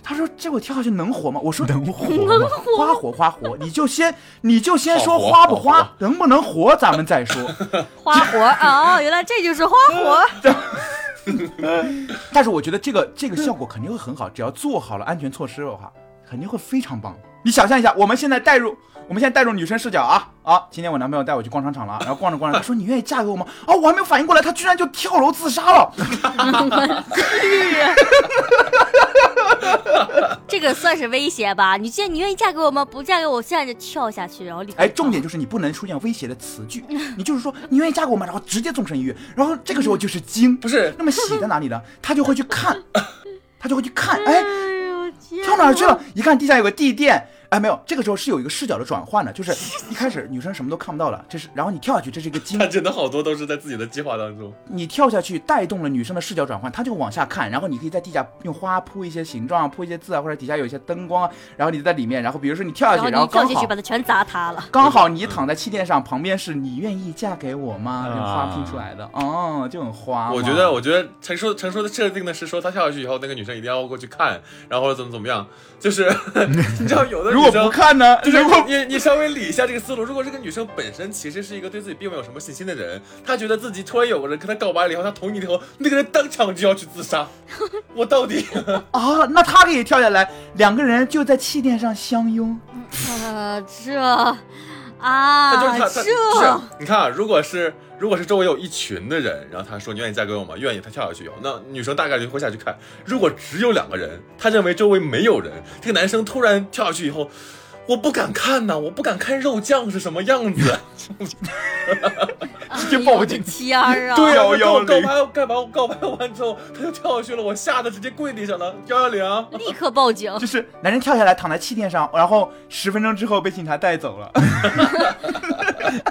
他说这我跳下去能活吗？”我说：“能活，能活， 花活，花活，你就先你就先好说活花不好花活，能不能活，咱们 再说。花活 哦，原来这就是花活。但是我觉得这个这个效果肯定会很好，只要做好了安全措施的话，肯定会非常棒。你想象一下，我们现在带入，我们现在带入女生视角啊啊！今天我男朋友带我去逛商场了，然后逛着逛着，他说：‘你愿意嫁给我吗？’啊，我还没有反应过来，他居然就跳楼自杀了。这个算是威胁吧？你既然你愿意嫁给我吗？不嫁给我，我现在就跳下去，然后立刻哎，重点就是你不能出现威胁的词 句，你就是说你愿意嫁给我吗？然后直接纵身一跃，然后这个时候就 是惊，不是那么喜在哪里呢？他就会去看，他就会去看，哎，呦天跳哪儿 去了？一看地下有个地垫，哎，没有，这个时候是有一个视角的转换的，就是一开始女生什么都看不到了，这是，然后你跳下去，这是一个 惊他，真的好多都是在自己的计划当中。你跳下去带动了女生的视角转换，她就往下看，然后你可以在地下用花铺一些形状啊，铺一些字啊，或者底下有一些灯光啊，然后你在里面，然后比如说你跳然下后去，你然后一跳刚进去好把它全砸塌 了。刚好你躺在气垫上，旁边是你愿意嫁给我吗？用啊花拼出来的，哦，就很花嘛。我觉得，我觉得陈叔陈叔的设定的是说，他跳下去以后，那个女生一定要过去看，然后或者怎么怎么样，就是 你知道有的嗯如女果不生。看呢，就是如果你你稍微理一下这个思路，如果这个女生本身其实是一个对自己并没有什么信心的人，她觉得自己突然有个人跟她告白了以后，她同意了以后，那个人当场就要去自杀， 我到底啊，那他可以跳下来，两个人就在气垫上相拥。呃，这那就是啊，他，他这是你看啊，如果是如果是周围有一群的人，然后他说你愿意嫁给我吗？愿意，他跳下去以后，那女生大概率会下去看。如果只有两个人，他认为周围没有人，这个男生突然跳下去以后，我不敢看呐、我不敢看肉酱是什么样子。直接报警天儿啊！对我告110白告白告白完之后，他就跳下去了，我吓得直接跪地上了，幺幺零。啊立刻报警，就是 男人跳下来躺在气垫上，然后十分钟之后被警察带走了。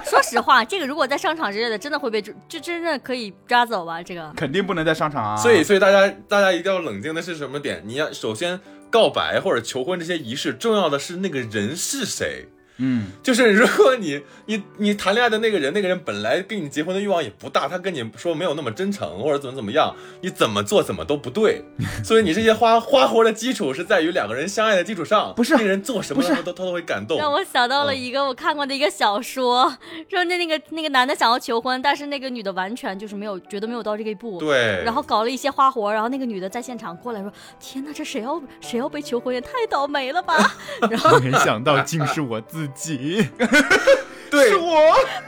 说实话，这个如果在商场之类的，真的会被就就真正可以抓走吧？这个肯定不能在商场啊。所以，所以大家大家一定要冷静的是什么点？你要首先告白或者求婚这些仪式，重要的是那个人是谁。嗯，就是如果你你你谈恋爱的那个人，那个人本来跟你结婚的欲望也不大，他跟你说没有那么真诚或者怎么怎么样，你怎么做怎么都不 对。所以你这些花花活的基础是在于两个人相爱的基础上，不是那个人做什么不是他都他都会感动。让我想到了一个我看过的一个小说， 说那那个那个男的想要求婚，但是那个女的完全就是没有，绝对没有到这个一步。对，然后搞了一些花活，然后那个女的在现场过来说：“天哪，这谁要谁要被求婚，也太倒霉了吧！” 然后没想到竟是我自 己。对，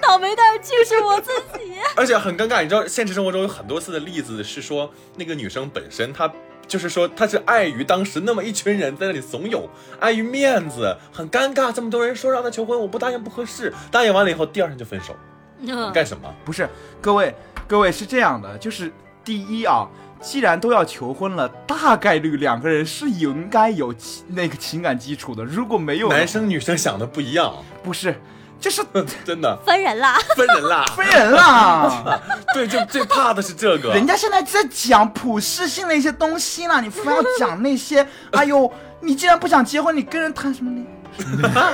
倒霉蛋竟是我自己。而且很尴尬，你知道，现实生活中有很多次的例子是说，那个女生本身她就是说，她是碍于当时那么一群人在那里怂恿，碍于面子，很尴尬，这么多人说让她求婚，我不答应不合适，答应完了以后，第二天就分手，嗯你干什么？不是，各位各位是这样的，就是第一啊，既然都要求婚了，大概率两个人是应该有情那个情感基础的。如果没有，男生女生想的不一 样，不是，这是真的分人 啦，分人啦。 分人啦。对，就最怕的是这个。人家现在在讲普世性的一些东西呢，你非要讲 那些，哎呦，你既然不想结婚，你跟人谈什么呢？啊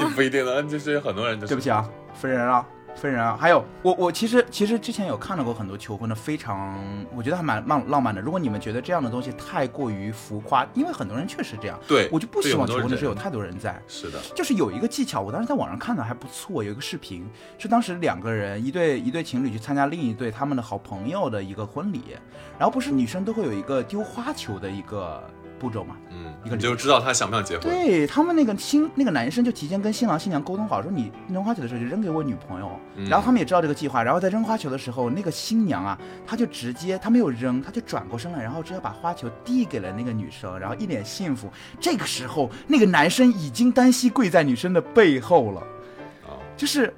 也，不一定呢，就是有很多人就是对不起啊，分人啊，分人啊。还有，我我其实其实之前有看到过很多求婚的，非常我觉得还蛮浪浪漫的。如果你们觉得这样的东西太过于浮夸，因为很多人确实这样，对我就不对希望很多求人婚的时候有这太多人在。是的，就是有一个技巧，我当时在网上看的还不错，有一个视频是当时两个人一对一对情侣去参加另一对他们的好朋友的一个婚礼，然后不是女生都会有一个丢花球的一个步骤嘛？嗯，一个你就知道他想不想结婚。对他们那个新那个男生就提前跟新郎新娘沟通好，说你扔花球的时候就扔给我女朋友，嗯然后他们也知道这个计划，然后在扔花球的时候，那个新娘啊，她就直接她没有扔，她就转过身来，然后直接把花球递给了那个女生，然后一脸幸福。这个时候，那个男生已经单膝跪在女生的背后了，啊就是，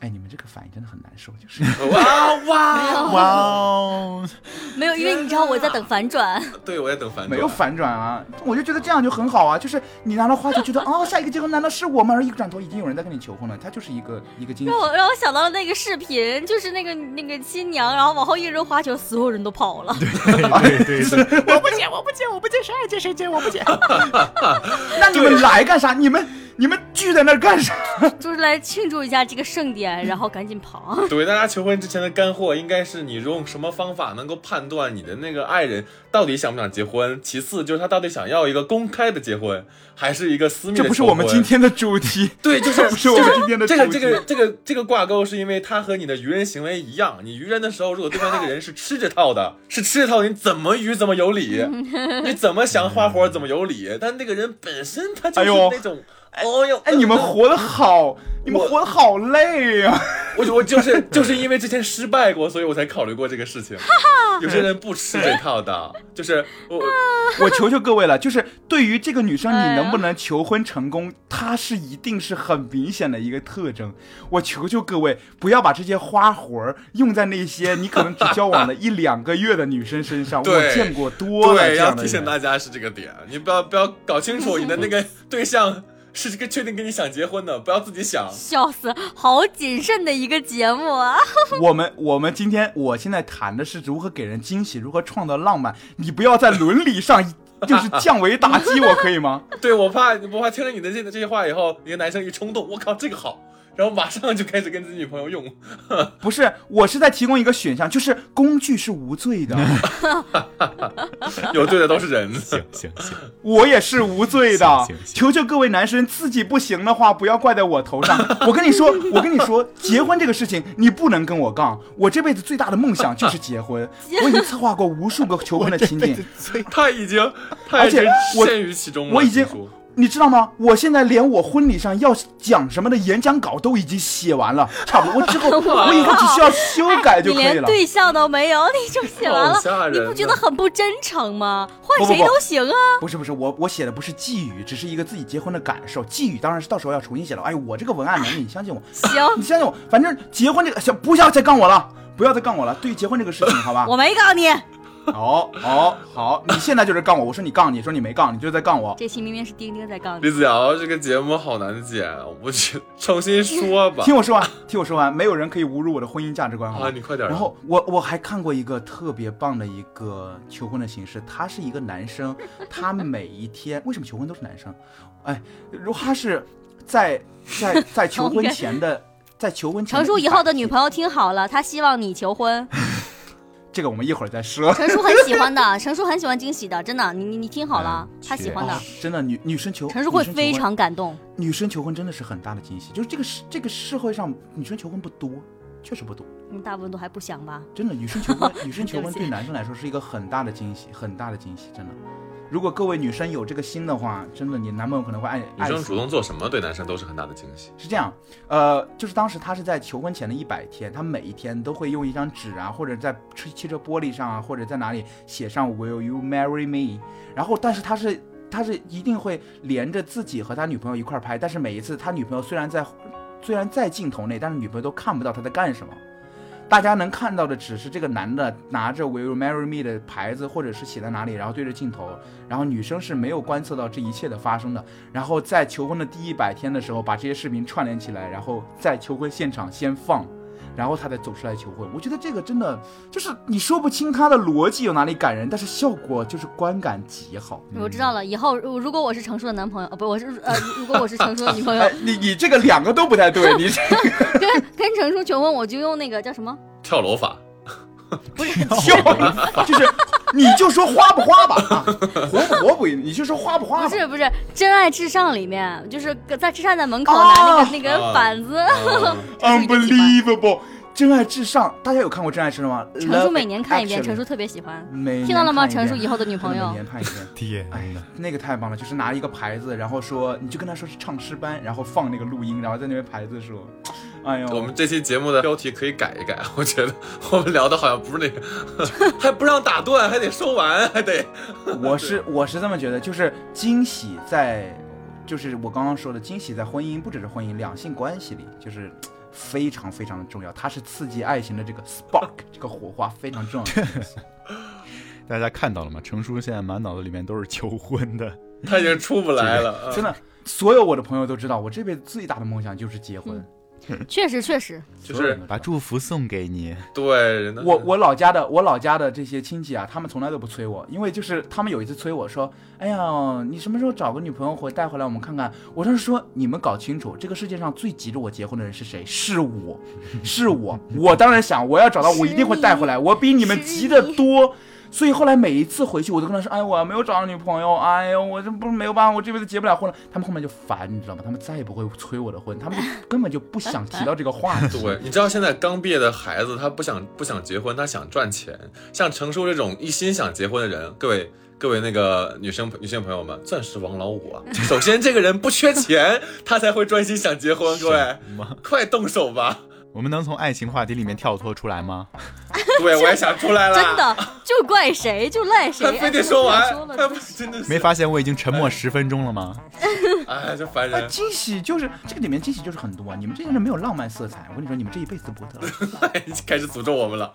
哎，你们这个反应真的很难受，就是。哇哇！啊哇哦，没有，因为你知道我在等反转，对，我也等反转。没有反转啊，我就觉得这样就很好啊，就是你拿到花球，觉得哦，下一个结婚难道是我吗？然后一转头已经有人在跟你求婚了，他就是一个一个惊 喜让。我让我想到了那个视频，就是那个那个新娘，然后往后一扔花球，所有人都跑 了。对对对，我不接，我不接，我不接，谁爱接谁接，我不接。那你们来干啥？你们你们聚在那儿干啥？就是来庆祝一下这个盛典，然后赶紧跑。对，大家求婚之前的干货应该是你用什么方法能够判断你的那个爱人到底想不想结婚？其次就是他到底想要一个公开的结婚，还是一个私密的这不是求我们婚今天的主题，对，就是这不是我们今天的主 这题。个这个这个这个挂钩是因为他和你的愚人行为一样，你愚人的时候，如果对方那个人是吃这套的，是吃这套，你怎么愚怎么有 理，你怎么想花活怎么有理，但那个人本身他就是哎呦那种，哦呦，哎，你们活得好，你们活得好累啊！我我就是就是因为之前失败过，所以我才考虑过这个事情。有些人不吃这套的，就是我 我求求各位了，就是对于这个女生，哎呀你能不能求婚成功，它是一定是很明显的一个特征。我求求各位，不要把这些花活儿用在那些你可能只交往了一两个月的女生身上。对我见过多了对这要样的提醒人。大家是这个点，你不要不要搞清楚你的那 个对象是这个确定跟你想结婚的，不要自己想。笑死，好谨慎的一个节目啊！我们我们今天我现在谈的是如何给人惊喜，如何创造浪漫。你不要在伦理上就是降维打击我，可以吗？对我怕我怕听了你的这这些话以后，你的男生一冲动，我靠这个好，然后马上就开始跟自己女朋友 用。不是，我是在提供一个选项，就是工具是无 罪的，有对的都是人，行行行，我也是无罪的行行。行求求各位男生，自己不行的话，不要怪在我头上。 我跟你说，我跟你说，结婚这个事情你不能跟我杠。我这辈子最大的梦想就是结婚，我已经策划过无数个求婚的情景，他已 经他已经而且我陷于其中了。我已经听说你知道吗？我现在连我婚礼上要讲什么的演讲稿都已经写完了，差不多。我之后我以后只需要修改就你可以连了。对象都没有，你就写完好吓了，人你呐不觉得很不真诚吗？换啊不不谁都行 啊！不是不是，我我写的不是寄语，只是一个自己结婚的感受。寄语当然是到时候要重新写了。哎，我这个文案能力，你相信我。你行，相信我，反正结婚这个，行，不要再杠我了，不要再杠我了。对于结婚这个事情，好吧，我没告你，哦哦，好，你现在就是杠我，我说你杠你，说你没杠，你就是在杠我。这期明明是丁丁在杠李你，子瑶这个节目好难剪，啊我觉得 重新说吧。听我说完，听我说完，没有人可以侮辱我的婚姻价值观，好吗啊，你快点。 然后我我还看过一个特别棒的一个求婚的形式，他是一个男生，他每一天为什么求婚都是男生？哎，如他是在在在求婚 前的，在求婚前成叔以后的女友，朋友听好了，她希望你求婚。这个我们一会儿再说。成叔很喜欢 的，成叔很喜欢惊喜的，真的，你你你听哎好了，嗯他喜欢的啊，真的女女生求成叔会女生求非婚常感动。女生求婚真的是很大的惊喜，就是这个世这个社会上女生求婚不多，确实不多。嗯，大部分都还不想吧？真的，女生求婚，女生求对婚不起对男生来说是一个很大的惊喜，很大的惊喜，真的。如果各位女生有这个心的话，真的你男朋友可能会爱女爱生死主动做什么，对男生都是很大的惊喜。是这样，呃，就是当时他是在求婚前的一百天，他每一天都会用一张纸啊，或者在汽汽车玻璃上啊，或者在哪里写上 “Will you marry me”，然后但是他是他是一定会连着自己和他女朋友一块儿拍，但是每一次他女朋友虽然在虽然在镜头内，但是女朋友都看不到他在干什么。大家能看到的只是这个男的拿着 “Will you marry me” 的牌子，或者是写在哪里，然后对着镜头，然后女生是没有观测到这一切的发生的。然后在求婚的第一百天的时候，把这些视频串联起来，然后在求婚现场先放，然后他再走出来求婚。我觉得这个真的就是你说不清他的逻辑有哪里感人，但是效果就是观感极好。我知道了，以后如如果我是成叔的男朋友，呃，不，我是 呃，如果我是成叔的女朋友哎，，你你这个两个都不太对，你这个跟跟成叔求婚，我就用那个叫什么？跳楼 法，跳，就是你就说花不花吧，啊，活不活不，你就说花不花不吧。哦是不是，《真爱至上》里面就是在车站的门口啊拿那个那个啊板子，嗯 Unbelievable，真爱至上，大家有看过《真爱至上》吗？成叔每年看一遍， Love Actually 成叔特别喜欢。嗯每年听到了吗？看一成遍叔以后的女 朋真的友每，年看一遍。 天哎哪，，那个太棒了，就是拿一个牌子，然后说你就跟他说是唱诗班，然后放那个录音，然后在那边牌子说，哎呦，我们这期节目的标题可以改一改，我觉得我们聊的好像不是那个， 还不让打断，还得说完，还得我是我是这么觉得，就是惊喜在，就是我刚刚说的惊喜在婚姻，不只是婚姻，两性关系里就是非常非常的重要，它是刺激爱情的这 个 spark 这个火花非常重要的东西。大家看到了吗？程叔现在满脑子里面都是求婚的，他已经出不来了。啊真的，所有我的朋友都知道，我这辈子最大的梦想就是结婚，确实确实，嗯就所有人是都知道把祝福送给你。对，人的嗯我我老家的我老家的这些亲戚啊，他们从来都不催我，因为就是他们有一次催我说，哎呀，你什么时候找个女朋友回带回来我们看看？我当时说，你们搞清楚，这个世界上最急着我结婚的人是谁？是我，是我， 我当然想我要找到我一定会带回来，我比你们急得多。所以后来每一次回去，我都跟他说：“哎，我没有找到女朋友，哎呦，我这不是没有办法，我这辈子结不了婚了。”他们后面就烦，你知道吗？他们再也不会催我的婚，他们就 根本就不想提到这个话题。对，你知道现在刚毕业的孩子，他不想不想结婚，他想赚钱。像程叔这种一心想结婚的人，各位各位那个女生女性朋友们，钻石王老五啊，首先这个人不缺钱，他才会专心想结婚。各位，什么？快动手吧！我们能从爱情话题里面跳脱出来吗？对，我也想出来了，真，的就怪谁就赖谁啊他，非得说哎完说，了他真是真的是没，发现我已经沉默十分钟了吗？哎，这烦啊， 人。惊喜就是这个里面惊喜就是很多啊！你们这些人没有浪漫色彩，我跟你说，你们这一辈子都不会得到。 开始诅咒我们了。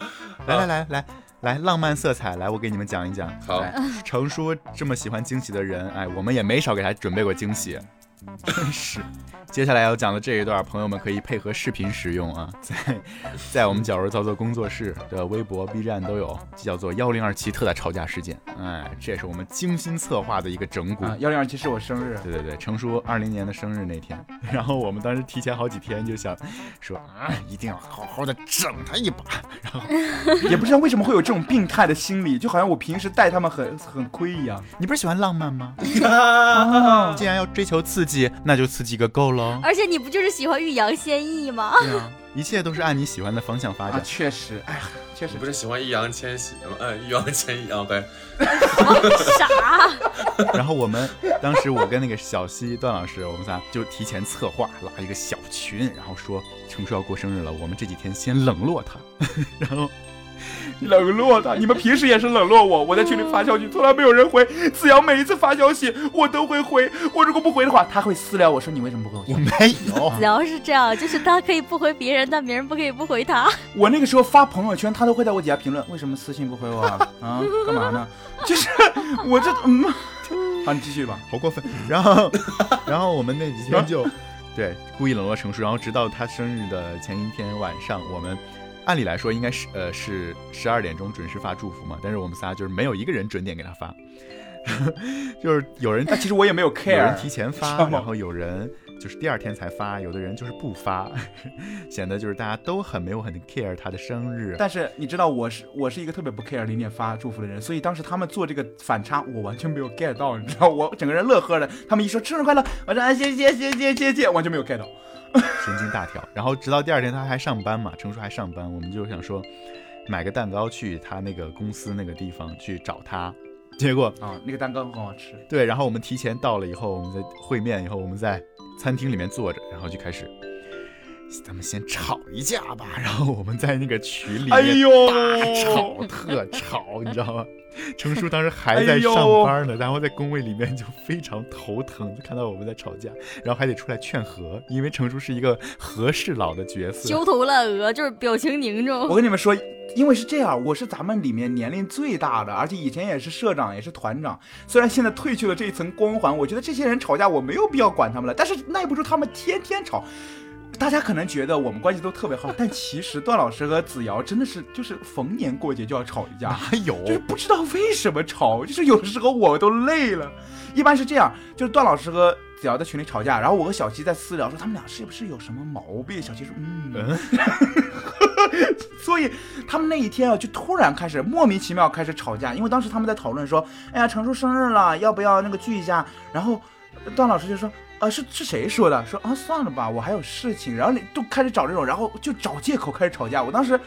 来来来来来，浪漫色彩，来，我给你们讲一讲。好，来程叔这么喜欢惊喜的人，哎，我们也没少给他准备过惊喜， 真是。接下来要讲的这一段，朋友们可以配合视频使用啊，在在我们绞肉操作工作室的微博、B 站都有，叫做幺零二七特大吵架事件。哎，这也是我们精心策划的一个整蛊啊，。幺零二七是我生日，对对对，程叔二零年的生日那天，然后我们当时提前好几天就想说啊，一定要好好的整他一把。也不知道为什么会有这种病态的心理，就好像我平时待他们很 很亏一样。你不是喜欢浪漫吗？啊，既然要追求刺激，那就刺激个够喽。而且你不就是喜欢欲扬先抑吗？ 对啊，一切都是按你喜欢的方向发啊展。确实，哎呀，确实 你不是喜欢易烊千玺吗？嗯，易烊千玺啊，对，啥？然后我们当时我跟那个小西段老师，我们仨就提前策划拉一个小群，然后说程叔要过生日了，我们这几天先冷落他。然后冷落他，你们平时也是冷落我。我在群里发消息，从来没有人回。子阳每一次发消息，我都会回。我如果不回的话，他会私聊我说你为什么不回我我？没有，只要是这样，就是他可以不回别人，但别人不可以不回他。我那个时候发朋友圈，他都会在我底下评论为什么私信不回我啊？啊，干嘛呢？就是我这嗯，好，你继续吧。好过分。然后，然后我们那几天就对故意冷落程叔，然后直到他生日的前一天晚上，我们按理来说应该是呃是十二点钟准时发祝福嘛，但是我们仨就是没有一个人准点给他发， 就是有 人但其实我也没 有有人 care，提前知发，道吗然后有人就是第二天才发，有的人就是不发， 显得就是大家都很没有很 care 他的生日。但是你知道我是我是一个特别不 care 零点发祝福的人，所以当时他们做这个反差，我完全没有 get 到，你知道，我整个人乐呵的。他们一说生日快乐，我说啊谢谢谢谢谢谢，完全没有 get 到。神经大条。然后直到第二天他还上班嘛，程叔还上班，我们就想说买个蛋糕去他那个公司那个地方去找他。结果啊，那个蛋糕很好吃。对，然后我们提前到了以后，我们在会面以后，我们在餐厅里面坐着，然后就开始。咱们先吵一架吧，然后我们在那个群里面哎呦，大 哎吵特吵，你知道吗？程叔当时还在上班呢，然后在工位里面就非常头疼，就看到我们在吵架，然后还得出来劝和，因为程叔是一个和事佬的角色。羞头烂额，就是表情凝重我。跟你们说，因为是这样，我是咱们里面年龄最大的，而且以前也是社长，也是团长。虽然现在褪去了这一层光环，我觉得这些人吵架我没有必要管他们了，但是耐不住他们天天吵。大家可能觉得我们关系都特别好，但其实段老师和子瑶真的是就是逢年过节就要吵一架哪。有？就是不知道为什么吵，就是有的时候我都累了。一般是这样，就是段老师和子瑶在群里吵架，然后我和小七在私聊说他们俩是不是有什么毛病？小七说嗯，嗯，所以他们那一天啊，就突然开始莫名其妙开始吵架，因为当时他们在讨论说，哎呀，程叔生日了，要不要那个聚一下？然后段老师就说，呃，是是谁说的？说啊，算了吧，我还有事情。然后你都开始找这种，然后就找借口开始吵架。我当时。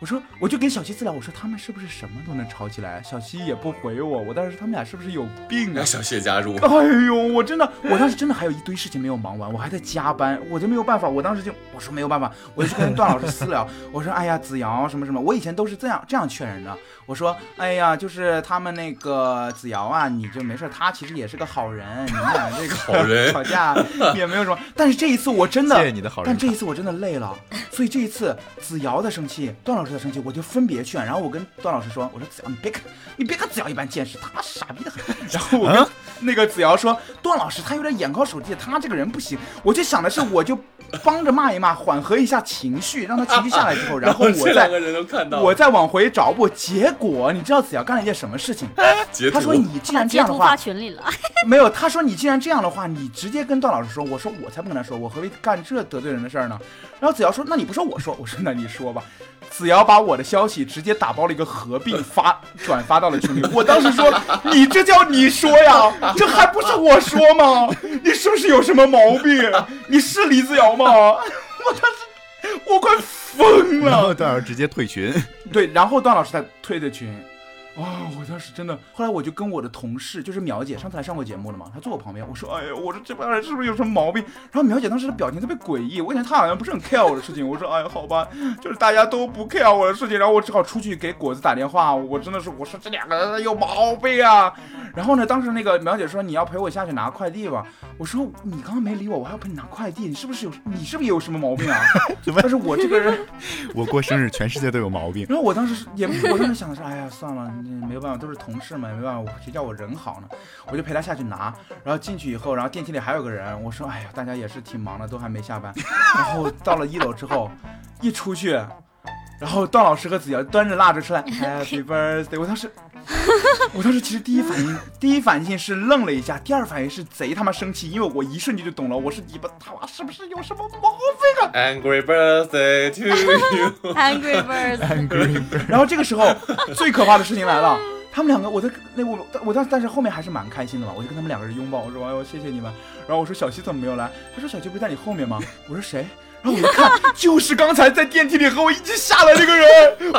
我说，我就跟小七私聊，我说他们是不是什么都能吵起来？小七也不回我，我当时他们俩是不是有病啊让？小谢加入。哎呦，我真的，我当时真的还有一堆事情没有忙完，我还在加班，我就没有办法。我当时就我说没有办法，我就去跟段老师私聊，我说哎呀，子瑶什么什么，我以前都是这样这样劝人的。我说哎呀，就是他们那个子瑶啊，你就没事，他其实也是个好人，你们俩 这个好人吵架也没有什么。但是这一次我真的谢谢你的好人但。这一次我真的累了，所以这一次子瑶在生气，段老师在生气，我就分别劝。然后我跟段老师说：“我说子瑶，你别看，你别看子瑶一般见识，他傻逼的很。”然后我跟那个子瑶说：“段老师他有点眼高手低，他这个人不行。”我就想的是，我就帮着骂一骂，缓和一下情绪，让他情绪下来之 后，然后我这两个再人都看到了，我再往回找我。结果你知道子瑶干了一件什么事情？截他图说：“你既把然这截样的图话，发群里了， 没有，他说你既然这样的话，你直接跟段老师说。我说我才不跟他说，我何必干这得罪人的事儿呢？然后子瑶说，那你不说我说，我说那你说吧。子瑶把我的消息直接打包了一个合并发转发到了群里，我当时说你这叫你说呀，这还不是我说吗？你是不是有什么毛病？你是李子瑶吗？我当时我快疯然了后。段老师直接退群，对，然后段老师才退的群。哇、我当时真的，啊后来我就跟我的同事，就是苗姐，上次来上过节目了嘛，她坐我旁边，我说，哎呀，我说这帮人是不是有什么毛病？然后苗姐当时的表情特别诡异，我感觉她好像不是很 care 我的事情，我说，哎呀，好吧，就是大家都不 care 我的事情，然后我只好出去给果子打电话，我真的是，我说这两个人有毛病啊。然后呢，当时那个苗姐说你要陪我下去拿快递吧，我说你刚刚没理我，我还要陪你拿快递，你是不是有，你是不是有什么毛病 啊？怎么但是我这个人。我过生日全世界都有毛 病。然后我当时是也，我当时想的是，哎呀，算了，嗯没有办法，都是同事嘛，也没办法，谁叫我人好呢？我就陪他下去拿，然后进去以后，然后电梯里还有个人，我说，哎呀，大家也是挺忙的，都还没下班。 然后到了一楼之后，一出去，然后段老师和子瑶端着蜡烛出来，Happy Birthday！我当时，我当时其实第一反应，第一反应是愣了一下，第二反应是贼他妈生气，因为我一瞬间就懂了，我是你们他妈是不是有什么毛病？ Angry birthday to you， Angry Birds， Angry Bird，然后这个时候最可怕的事情来了，他们两个，我在那我我当但是后面还是蛮开心的嘛，我就跟他们两个人拥抱，我说哎呦谢谢你们，然后我说小七怎么没有来？他说小七不是在你后面吗？我说谁？然后我一看，就是刚才在电梯里和我一起下来那个人，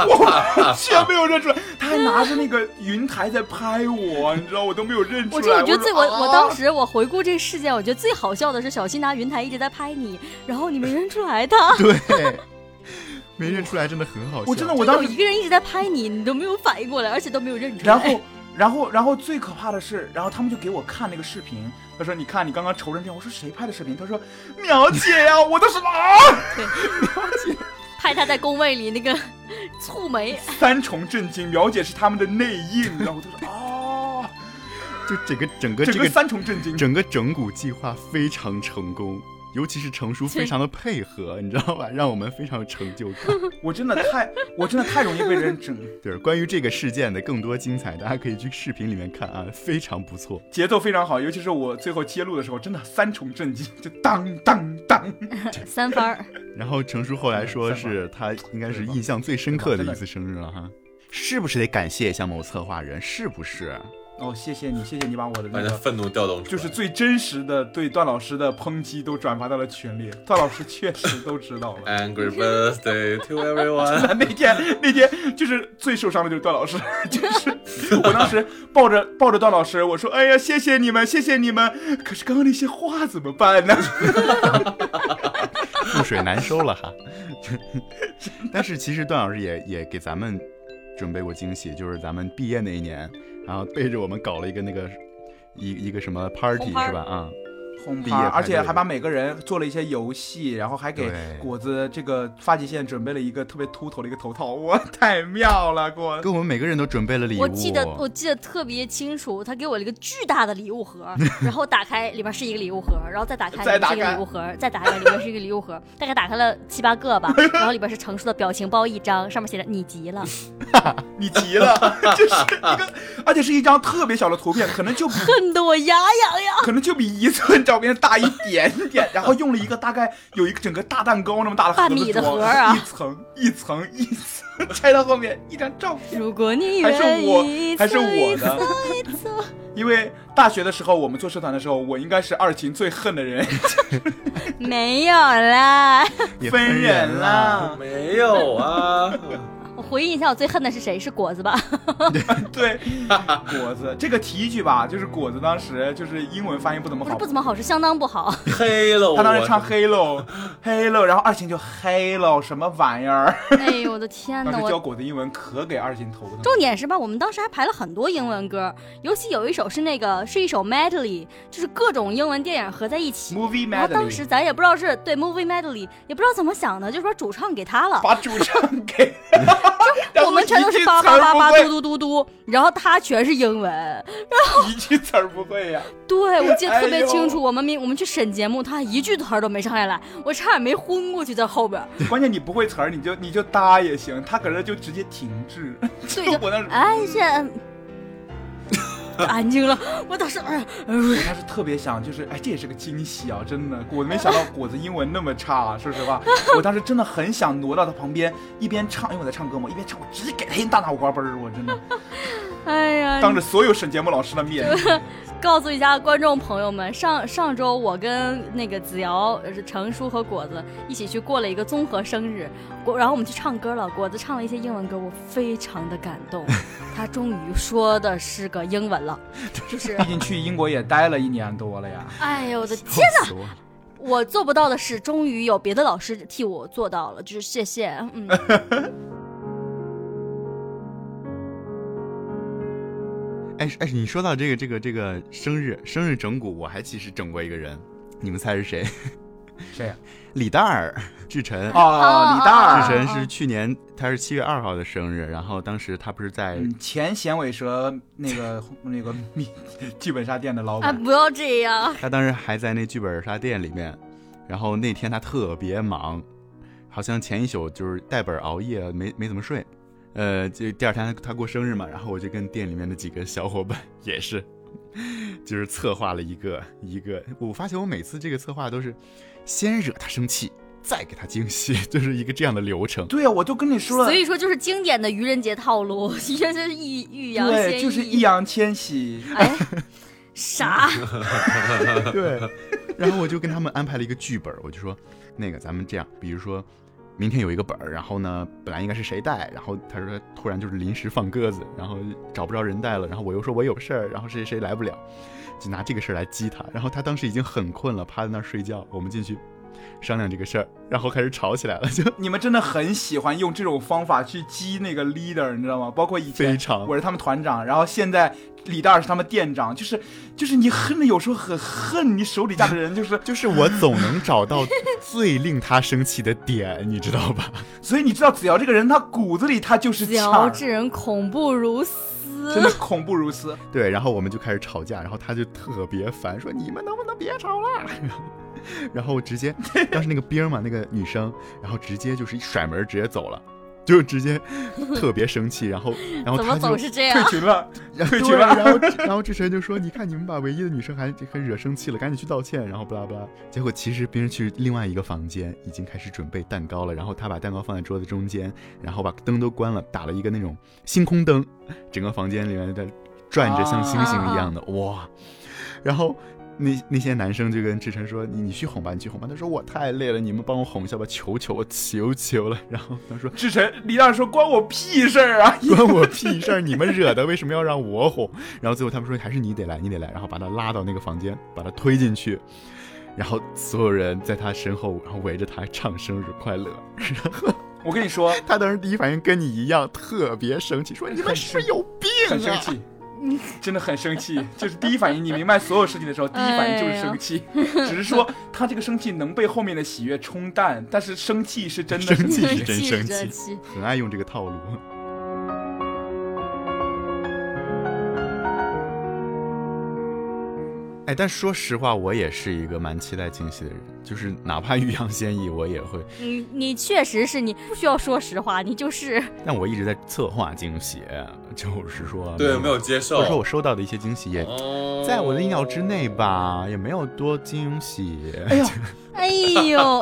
我完全没有认出来，他还拿着那个云台在拍我，你知道我都没有认出我来。这我觉得说最我我啊当时我回顾这个事件，我觉得最好笑的是小新拿云台一直在拍你，然后你没认出来他对，没认出来真的很好笑。我真的我就当有时一个人一直在拍你，你都没有反应过来，而且都没有认出来。然后，然后，然后最可怕的是，然后他们就给我看那个视频，他说：“你看，你刚刚愁成这样。”我说：“谁拍的视频？”他说：“苗姐呀、我当时啊，拍他在工位里那个蹙 眉，三重震惊，苗姐是他们的内应。”然后他说：“哦，就整个整个这整个个三重震惊。整个整蛊计划非常成功，尤其是程叔非常的配合，你知道吧？让我们非常有成就感。我真的太，我真的太容易被人整，对，关于这个事件的更多精彩，大家可以去视频里面看啊， 非常不错。节奏非常好，尤其是我最后揭露的时候，真的三重震惊，就当当当。三番儿，然后程叔后来嗯说是他应该是印象最深刻的一次生日了哈，是不是得感谢一下某策划人？是不是？哦，谢谢你，谢谢你把我的把那人个。愤怒调动出来，就是最真实的对段老师的抨击都转发到了群里，段老师确实都知道了。 Angry Birthday to everyone。那那天那天就是最受伤的就是段老师， 就是我当时抱着抱着段老师，我说：“哎呀，谢谢你们，谢谢你们。”可是刚刚那些话怎么办呢？覆水难收了哈。 但是其实段老师也也给咱们准备过惊喜，就是咱们毕业那一年，然后背着我们搞了一个那个一一个什么 party 红趴儿是吧？啊、红毕牌业派对而且还把每个人做了一些游戏，然后还给对果子这个发际线准备了一个特别秃头的一个头套，哇，太妙了，果子给我们每个人都准备了礼物。啊我记得我记得特别清楚，他给我了一个巨大的礼物盒，然后打开里边是一个礼物盒，然后再打开再里面是一打个开礼物盒，再打开里面是一个礼物盒，大概打开了七八个吧，然后里边是程叔的表情包一张，上面写着你急 了，你急 了，就是一个，而且是一张特别小的图片，可能就比恨得我牙痒痒。可能就比一寸照片大一点点，然后用了一个大概有一个整个大蛋糕那么大的盒半子米的装盒儿啊一层一层一层拆到后面一张照片。如果你还是愿我意，还是我的的， 因为大学的时候我们做社团的时候，我应该是二琴最恨的人，没有啦。 也分人了，啦。没有啊，我回忆一下，我最恨的是谁？是果子吧？ 对， 果子这个提一句吧，就是果子当时就是英文发音不怎么不是好不，怎么好，是相当不好。黑了我。他当时唱 Hello Hello，然后二琴就 Hello 什么玩意儿，哎呦我的天当哪！时我教果子英文可给二琴头疼了。重点是吧，我们当时还排了很多英文歌，尤其有一首是那个是一首 medley，就是各种英文电影合在一起。 Movie 然后 Medley，当 时咱也不知道是对 movie medley，也不知道怎么想的，就说主唱给他了，把主唱 给，然后我们全都是叭叭叭叭嘟嘟嘟嘟，然后他全是英文。一句词儿不会，一句词儿不会呀、对，我记得特哎别呦清楚，我们明我们去审节目，他一句词儿都没唱下来，我差点没昏过去在后 边儿。关键你不会词儿，你就你就搭也行，他搁这就直接停滞。对，就我当时哎呀，安静了，我当时哎我当时特别想，就是哎，这也是个惊喜啊！真的，我没想到果子英文那么差、啊说实话，我当时真的很想挪到他旁边，一边唱，因为我在唱歌嘛，一边唱，我直接给他一大脑瓜崩儿，我真的哎呀，当着所有审节目老师 的面，告诉一下观众朋友们，上上周我跟那个子瑶、呃程叔和果子一起去过了一个综合生日，果然后我们去唱歌了，果子唱了一些英文歌，我非常的感 动，他终于说的是个英文了，就是毕竟去英国也待了一年多了呀。哎呦我的天，天 哪！我做不到的事，终于有别的老师替我做到了，就是谢谢， 嗯，哎哎，你说到这个这个这个生日生日整蛊，我还其实整过一个人，你们猜是谁？谁 呀、李大儿，志晨。哦，李大志儿，晨是去年，他是七月二号的生日，然后当时他不是在嗯，前响尾蛇那个那个剧本杀店的老啊板。不要这 样，他当时还在那剧本杀店里面，然后那天他特别忙，好像前一宿就是带本熬夜，没没怎么睡。呃，就第二天他他过生日嘛，然后我就跟店里面的几个小伙伴 也是，就是策划了一个一个。我发现我每次这个策划都是先惹他生气，再给他惊喜， 就是一个这样的流程。对呀、啊我就跟你说了所，以说就是经典的愚人节套路， 愚人节欲欲扬先对，抑，就是易烊千玺。哎，啥？对，然后我就跟他们安排了一个剧本，我就说，那个咱们这样，比如说，明天有一个本儿，然后呢，本来应该是谁带，然后他说突然就是临时放鸽子，然后找不着人带了，然后我又说我有事儿，然后谁谁谁来不了，就拿这个事儿来激他。然后他当时已经很困了，趴在那儿睡觉，我们进去商量这个事儿，然后开始吵起来了，就你们真的很喜欢用这种方法去激那个 leader，你知道吗？包括以前非常我是他们团长，然后现在李大是他们店长，就是就是你恨的有时候很恨你手底下的人，就是就是我总能找到最令他生气的点，你知道吧？所以你知道子瑶这个人，他骨子里他就是子欠瑶儿，这人恐怖如真斯，的恐怖如斯。对，然后我们就开始吵架，然后他就特别烦，说你们能不能别吵了？ 然后直接当时那个兵儿嘛，那个女生，然后直接就是一甩门直接走了，就直接特别生气，然后 然后怎么他总就是 这退样？群了，然后退群对了然后然后志晨就说：“你看你们把唯一的女生还还惹生气了，赶紧去道歉。”然后巴拉巴拉。结果其实别人去另外一个房间，已经开始准备蛋糕了。然后他把蛋糕放在桌子中间，然后把灯都关了，打了一个那种星空灯，整个房间里面在转着，像星星一样的，哇！然后。那那些男生就跟志晨说：“你你去哄吧，你去哄吧。”他说：“我太累了，你们帮我哄一下吧，求求我，求求了。”然后他说：“志晨，李大说关我屁事儿啊！ 关我屁事儿！你们惹的，为什么要让我哄？然后最后他们说还是你得来，你得来，然后把他拉到那个房间，把他推进去，然后所有人在他身后，然后围着他唱生日快乐。我跟你说，他当时第一反应跟你一样，特别生气，说你们是不是有很病生啊！气，真的很生气。就是第一反应，你明白所有事情的时候，第一反应就是 生气。只是说他这个生气能被后面的喜悦冲淡，但是生气是真的生气 气。是真生气真气。很爱用这个套路。哎，但说实话，我也是一个蛮期待惊喜的人，就是哪怕欲扬先抑，我也会你你确实是你不需要说实话，你就是但我一直在策划惊喜，就是说对，没有接或受。者说我收到的一些惊喜也哦在我的意料之内吧，也没有多惊喜。哎呦，哎呦哎呦，呦呦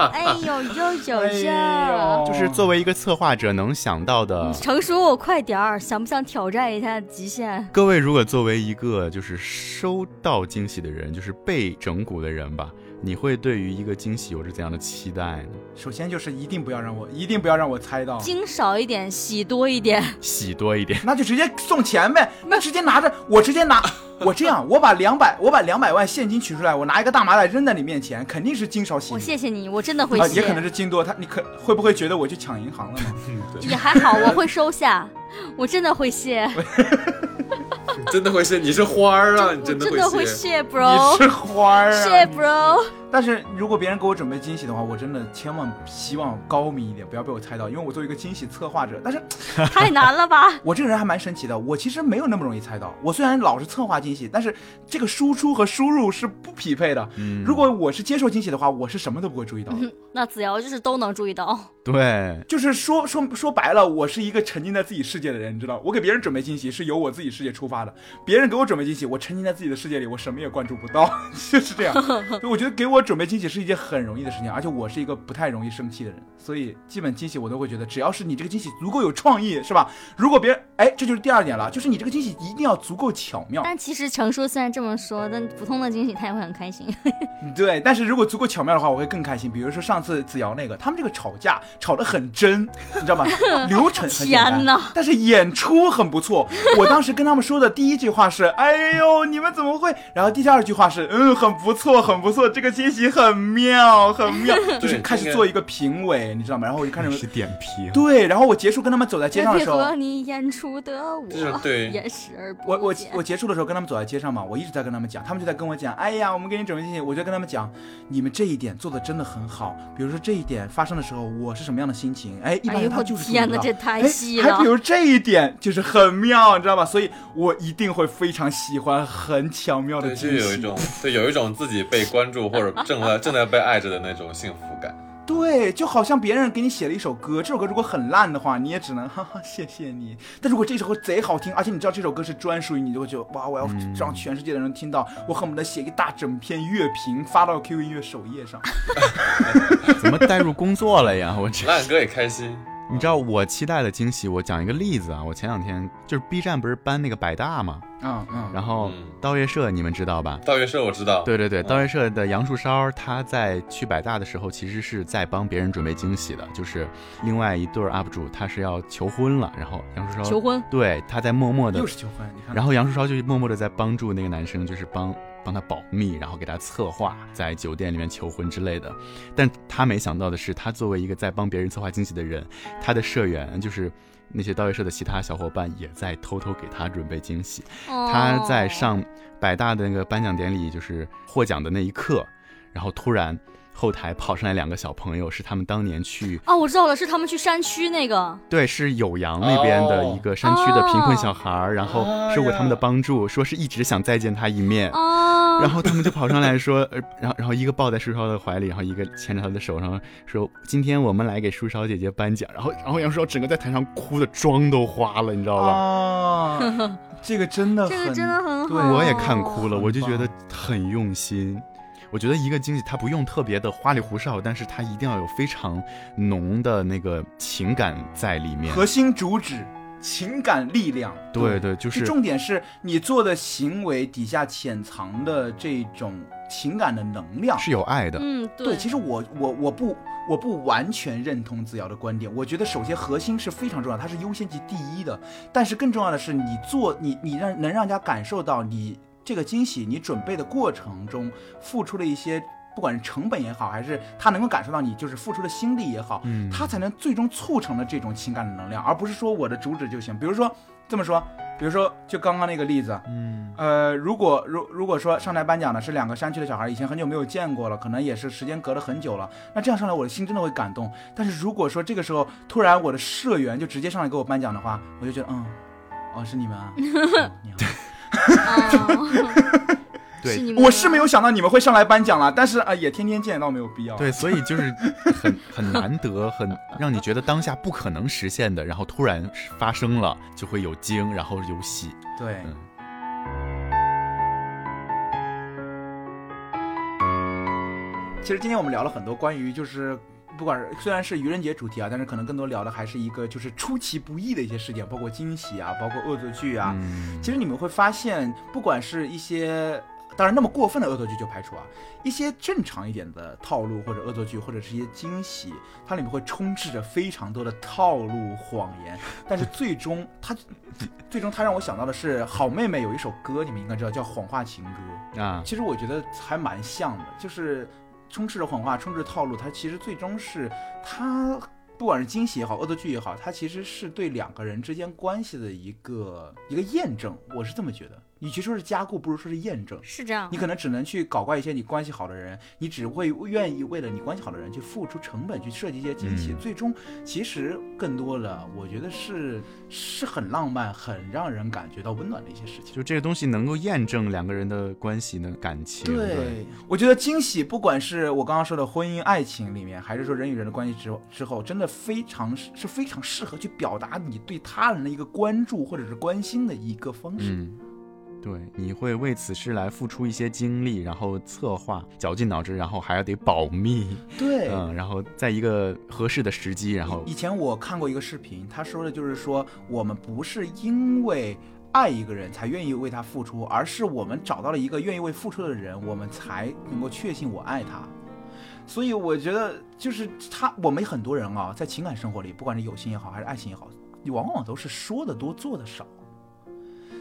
哎哎呦，就是作为一个策划者能想到的，成熟快点儿，想不想挑战一下极限？各位如果作为一个就是收到惊喜的人，就是被整蛊的人吧，你会对于一个惊喜有着怎样的期待呢？首先就是一定不要让我，一定不要让我猜到，惊少一点，喜多一点。喜多一点，那就直接送钱呗。那直接拿着，我直接拿，我这样，我把两百，我把两百万现金取出来，我拿一个大麻袋扔在你面前，肯定是金少喜。我谢谢你，我真的会啊，谢。也可能是金多，他你可会不会觉得我去抢银行了呢？嗯对也还好，我会收下， 我真的会谢，真的会谢，你是花儿啊，你我真的的会会谢。谢你，bro，是花儿谢啊！ ，bro。 但是如果别人给我准备惊喜的话，我真的千万希望高明一点，不要被我猜到，因为我作为一个惊喜策划者，但是太难了吧？我这个人还蛮神奇的，我其实没有那么容易猜到。我虽然老是策划惊喜，但是这个输出和输入是不匹配的。嗯如果我是接受惊喜的话，我是什么都不会 注意到的。那子瑶就是都能注意哦到，对，就是说说说白了，我是一个沉浸在自己世界的人，你知道？我给别人准备惊喜是由我自己世界出发的，别人给我准备惊喜，我沉浸在自己的世界里，我什么也关注不到， 就是这样。所以我觉得给我准备惊喜是一件很容易的事情，而且我是一个不太容易生气的人，所以基本惊喜我都会觉得，只要是你这个惊喜足够有创意，是吧？如果别人哎，这就是第二点了，就是你这个惊喜一定要足够巧妙。但其实程叔虽然这么说，但普通的惊喜他也会很开心。对，但是如果足够巧妙的话，我会更开心。比如说上次子瑶那个，他们这个吵架吵得很真，你知道吗？流程很简 单天哪，但是演出很不错。 我当时跟他们说的第一句话是：“哎呦，你们怎么会？”然后第二句话是：“嗯，很不错，很不错，这个惊喜很妙，很妙。”就是开始做一个评委，你知道吗？然后我就看着。是点评。对，然后我结束跟他们走在街上的配时候，合你演出的我，就是对也视而不我我见我结束的时候跟他们走在街上嘛，我一直在跟他们讲，他们就在跟我讲，哎呀，我们给你准备惊喜，我就跟他们讲，你们这一点做的真的很好，比如说这一点发生的时候，我是什么样的心情，哎，一般哎人呦他我就是天哪，哪，这太哎细，了还比。如这一点就是很妙，你知道吧？所以我一定会非常喜欢很巧妙的对，就惊有一喜。种，对，有一种自己被关注或者正在正在被爱着的那种幸福感。对，就好像别人给你写了一首歌，这首歌如果很烂的话，你也只能哈哈谢谢你。但如果这首歌贼好听，而且你知道这首歌是专属于你，就会觉得哇，我要嗯让全世界的人听到，我恨不得写一大整篇乐评发到 QQ 音乐首页上。怎么带入工作了呀？我这烂哥也开心，你知道我期待的惊喜，我讲一个例子啊。我前两天就是 B 站不是搬那个百大嘛，嗯嗯，然后嗯道月社你们知道吧？道月社我知道，对对对，道月社的杨树梢，他在去百大的时候，其实是在帮别人准备惊喜的。就是另外一对儿 UP 主，他是要求婚了，然后杨树梢求婚，对他在默默的又，是求婚，你看，然后杨树梢就默默的在帮助那个男生，就是帮帮他保密，然后给他策划在酒店里面求婚之类的。但他没想到的是，他作为一个在帮别人策划惊喜的人，他的社员就是那些道月社的其他小伙伴也在偷偷给他准备惊喜。哦哦他在上百大的那个颁奖典礼，就是获奖的那一刻，然后突然后台跑上来两个小朋友，是他们当年去哦，我知道了，是他们去山区那个，对，是酉阳那边的一个山区的贫困小孩儿，然后受过他们的帮助，说是一直想再见他一 面。哦，然后他们就跑上来说，呃，然后然后一个抱在树梢的怀里，然后一个牵着他的手，然后说今天我们来给树梢姐姐颁奖。然后然后杨树梢整个在台上哭的妆都花了，你知道吧？ 啊，这个真的很，这个真的很好，我也看哭了，哦很我就觉棒得很用心。我觉得一个惊喜，它不用特别的花里胡哨，但是它一定要有非常浓的那个情感在里面。核心主旨、情感力量。对对，就就是重点是你做的行为底下潜藏的这种情感的能量。是有爱的。嗯，对，其实我我我不我不完全认同子瑶的观点，我觉得首先核心是非常重要，它是优先级第一的。但是更重要的是，你做你你让能让人家感受到你这个惊喜，你准备的过程中付出了一些，不管是成本也好，还是他能够感受到你就是付出的心力也好，嗯他才能最终促成了这种情感的能量，而不是说我的主旨就行。比如说这么说，比如说就刚刚那个例子，嗯呃，如果如如果说上台颁奖的是两个山区的小孩，以前很久没有见过了，可能也是时间隔了很久了，那这样上来我的心真的会感动。但是如果说这个时候突然我的社员就直接上来给我颁奖的话，我就觉得嗯，哦是你们啊，哦你好 对哦你们 我是没有想到你们会上来颁奖了，但是啊、呃也天天见，倒没有必要。对，所以就是 很很难得，很让你觉得当下不可能实现的，然后突然发生了，就会有惊，然后有喜。对嗯，其实今天我们聊了很多关于就是。不管是虽然是愚人节主题啊，但是可能更多聊的还是一个就是出其不意的一些事件，包括惊喜啊，包括恶作剧啊，嗯其实你们会发现，不管是一些当然那么过分的恶作剧就排除啊，一些正常一点的套路或者恶作剧或者是一些惊喜，它里面会充斥着非常多的套路谎言，但是最终它最终它让我想到的是好妹妹有一首歌，你们应该知道叫《谎话情歌》。啊，其实我觉得还蛮像的，就是充斥着谎话，充斥着套路，它其实最终是它不管是惊喜也好，恶作剧也好，它其实是对两个人之间关系的一个一个验证，我是这么觉得。与其说是加固，不如说是验证。是这样你，可能只能去搞怪一些你关系好的人，你只会愿意为了你关系好的人去付出成本去设计一些惊喜，嗯最终其实更多的，我觉得是是很浪漫、很让人感觉到温暖的一些事情。就这个东西能够验证两个人的关系的感情。对，对，我觉得惊喜，不管是我刚刚说的婚姻、爱情里面，还是说人与人的关系之后之后，真的非常是非常适合去表达你对他人的一个关注或者是关心的一个方式。嗯。对，你会为此事来付出一些精力，然后策划，绞尽脑汁，然后还要得保 密，对，嗯，然后在一个合适的时机，然后以前我看过一个视频，他说的就是说，我们不是因为爱一个人才愿意为他付出，而是我们找到了一个愿意为付出的人，我们才能够确信我爱他。所以我觉得，就是他，我们很多人啊，在情感生活里，不管是友情也好，还是爱情也好，你往往都是说的多，做的少。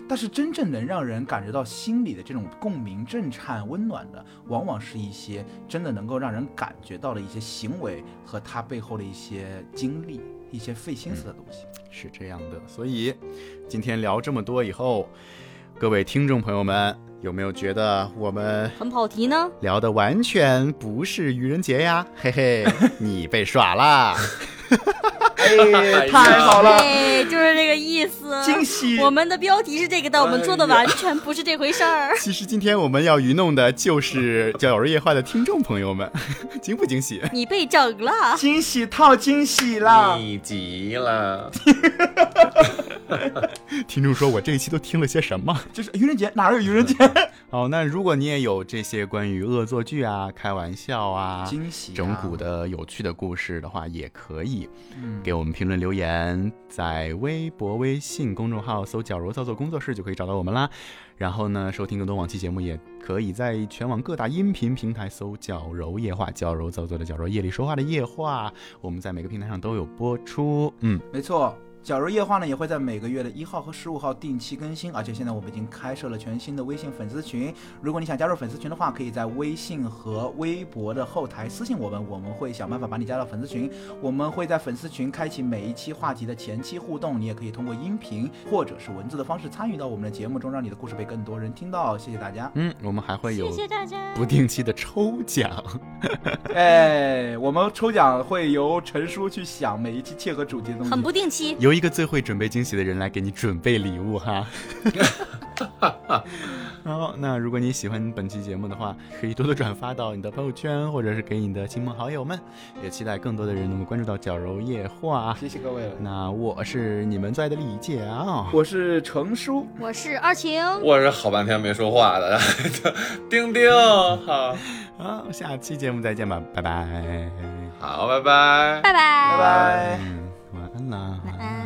但是真正能让人感觉到心里的这种共鸣、震颤、温暖的，往往是一些真的能够让人感觉到的一些行为和他背后的一些经历、一些费心嗯思的东西。是这样的，所以今天聊这么多以后，各位听众朋友们，有没有觉得我们很跑题呢。聊的完全不是愚人节呀？嘿嘿，你被耍 啦！哎呀太好了，对，哎就是这个意思。惊喜！呃哎我们的标题是这个，但我们做的完全不是这回事儿。 其实今天我们要愚弄的就是《交友夜话》的听众朋友们，惊不惊喜？你被整了，惊喜套惊喜啦！嗯你急了，听众说我这一期都听了些什么？就是愚人节，哪有愚人节？好，那如果你也有这些关于恶作剧啊、开玩笑啊、惊喜、啊！整蛊的有趣的故事的话，也可以嗯，给我们评论留言，在微博、微信公众号搜“矫揉造作工作室”就可以找到我们啦。然后呢，收听更多往期节目，也可以在全网各大音频平台搜“矫揉夜话”，矫揉造作的矫揉，夜里说话的夜话。我们在每个平台上都有播出。嗯，没错。绞肉夜话呢也会在每个月的一号和十五号定期更新，而且现在我们已经开设了全新的微信粉丝群。如果你想加入粉丝群的话，可以在微信和微博的后台私信我们，我们会想办法把你加到粉丝群。我们会在粉丝群开启每一期话题的前期互动，你也可以通过音频或者是文字的方式参与到我们的节目中，让你的故事被更多人听到。谢谢大家。嗯，我们还会有谢谢大家。不定期的抽奖，哎，我们抽奖会由陈叔去想每一期切合主题的东西。很不定期，由一个最会准备惊喜的人来给你准备礼物哈。然后，那如果你喜欢本期节目的话，可以多多转发到你的朋友圈，或者是给你的亲朋好友们。也期待更多的人能够关注到绞柔夜话。谢谢各位了，那我是你们最爱的李解啊，我是程叔，我是二晴，我是好半天没说话的， 丁丁，好，好，下期节目再见吧，拜拜。好，拜拜。拜拜，拜拜。嗯，晚安啦。晚安。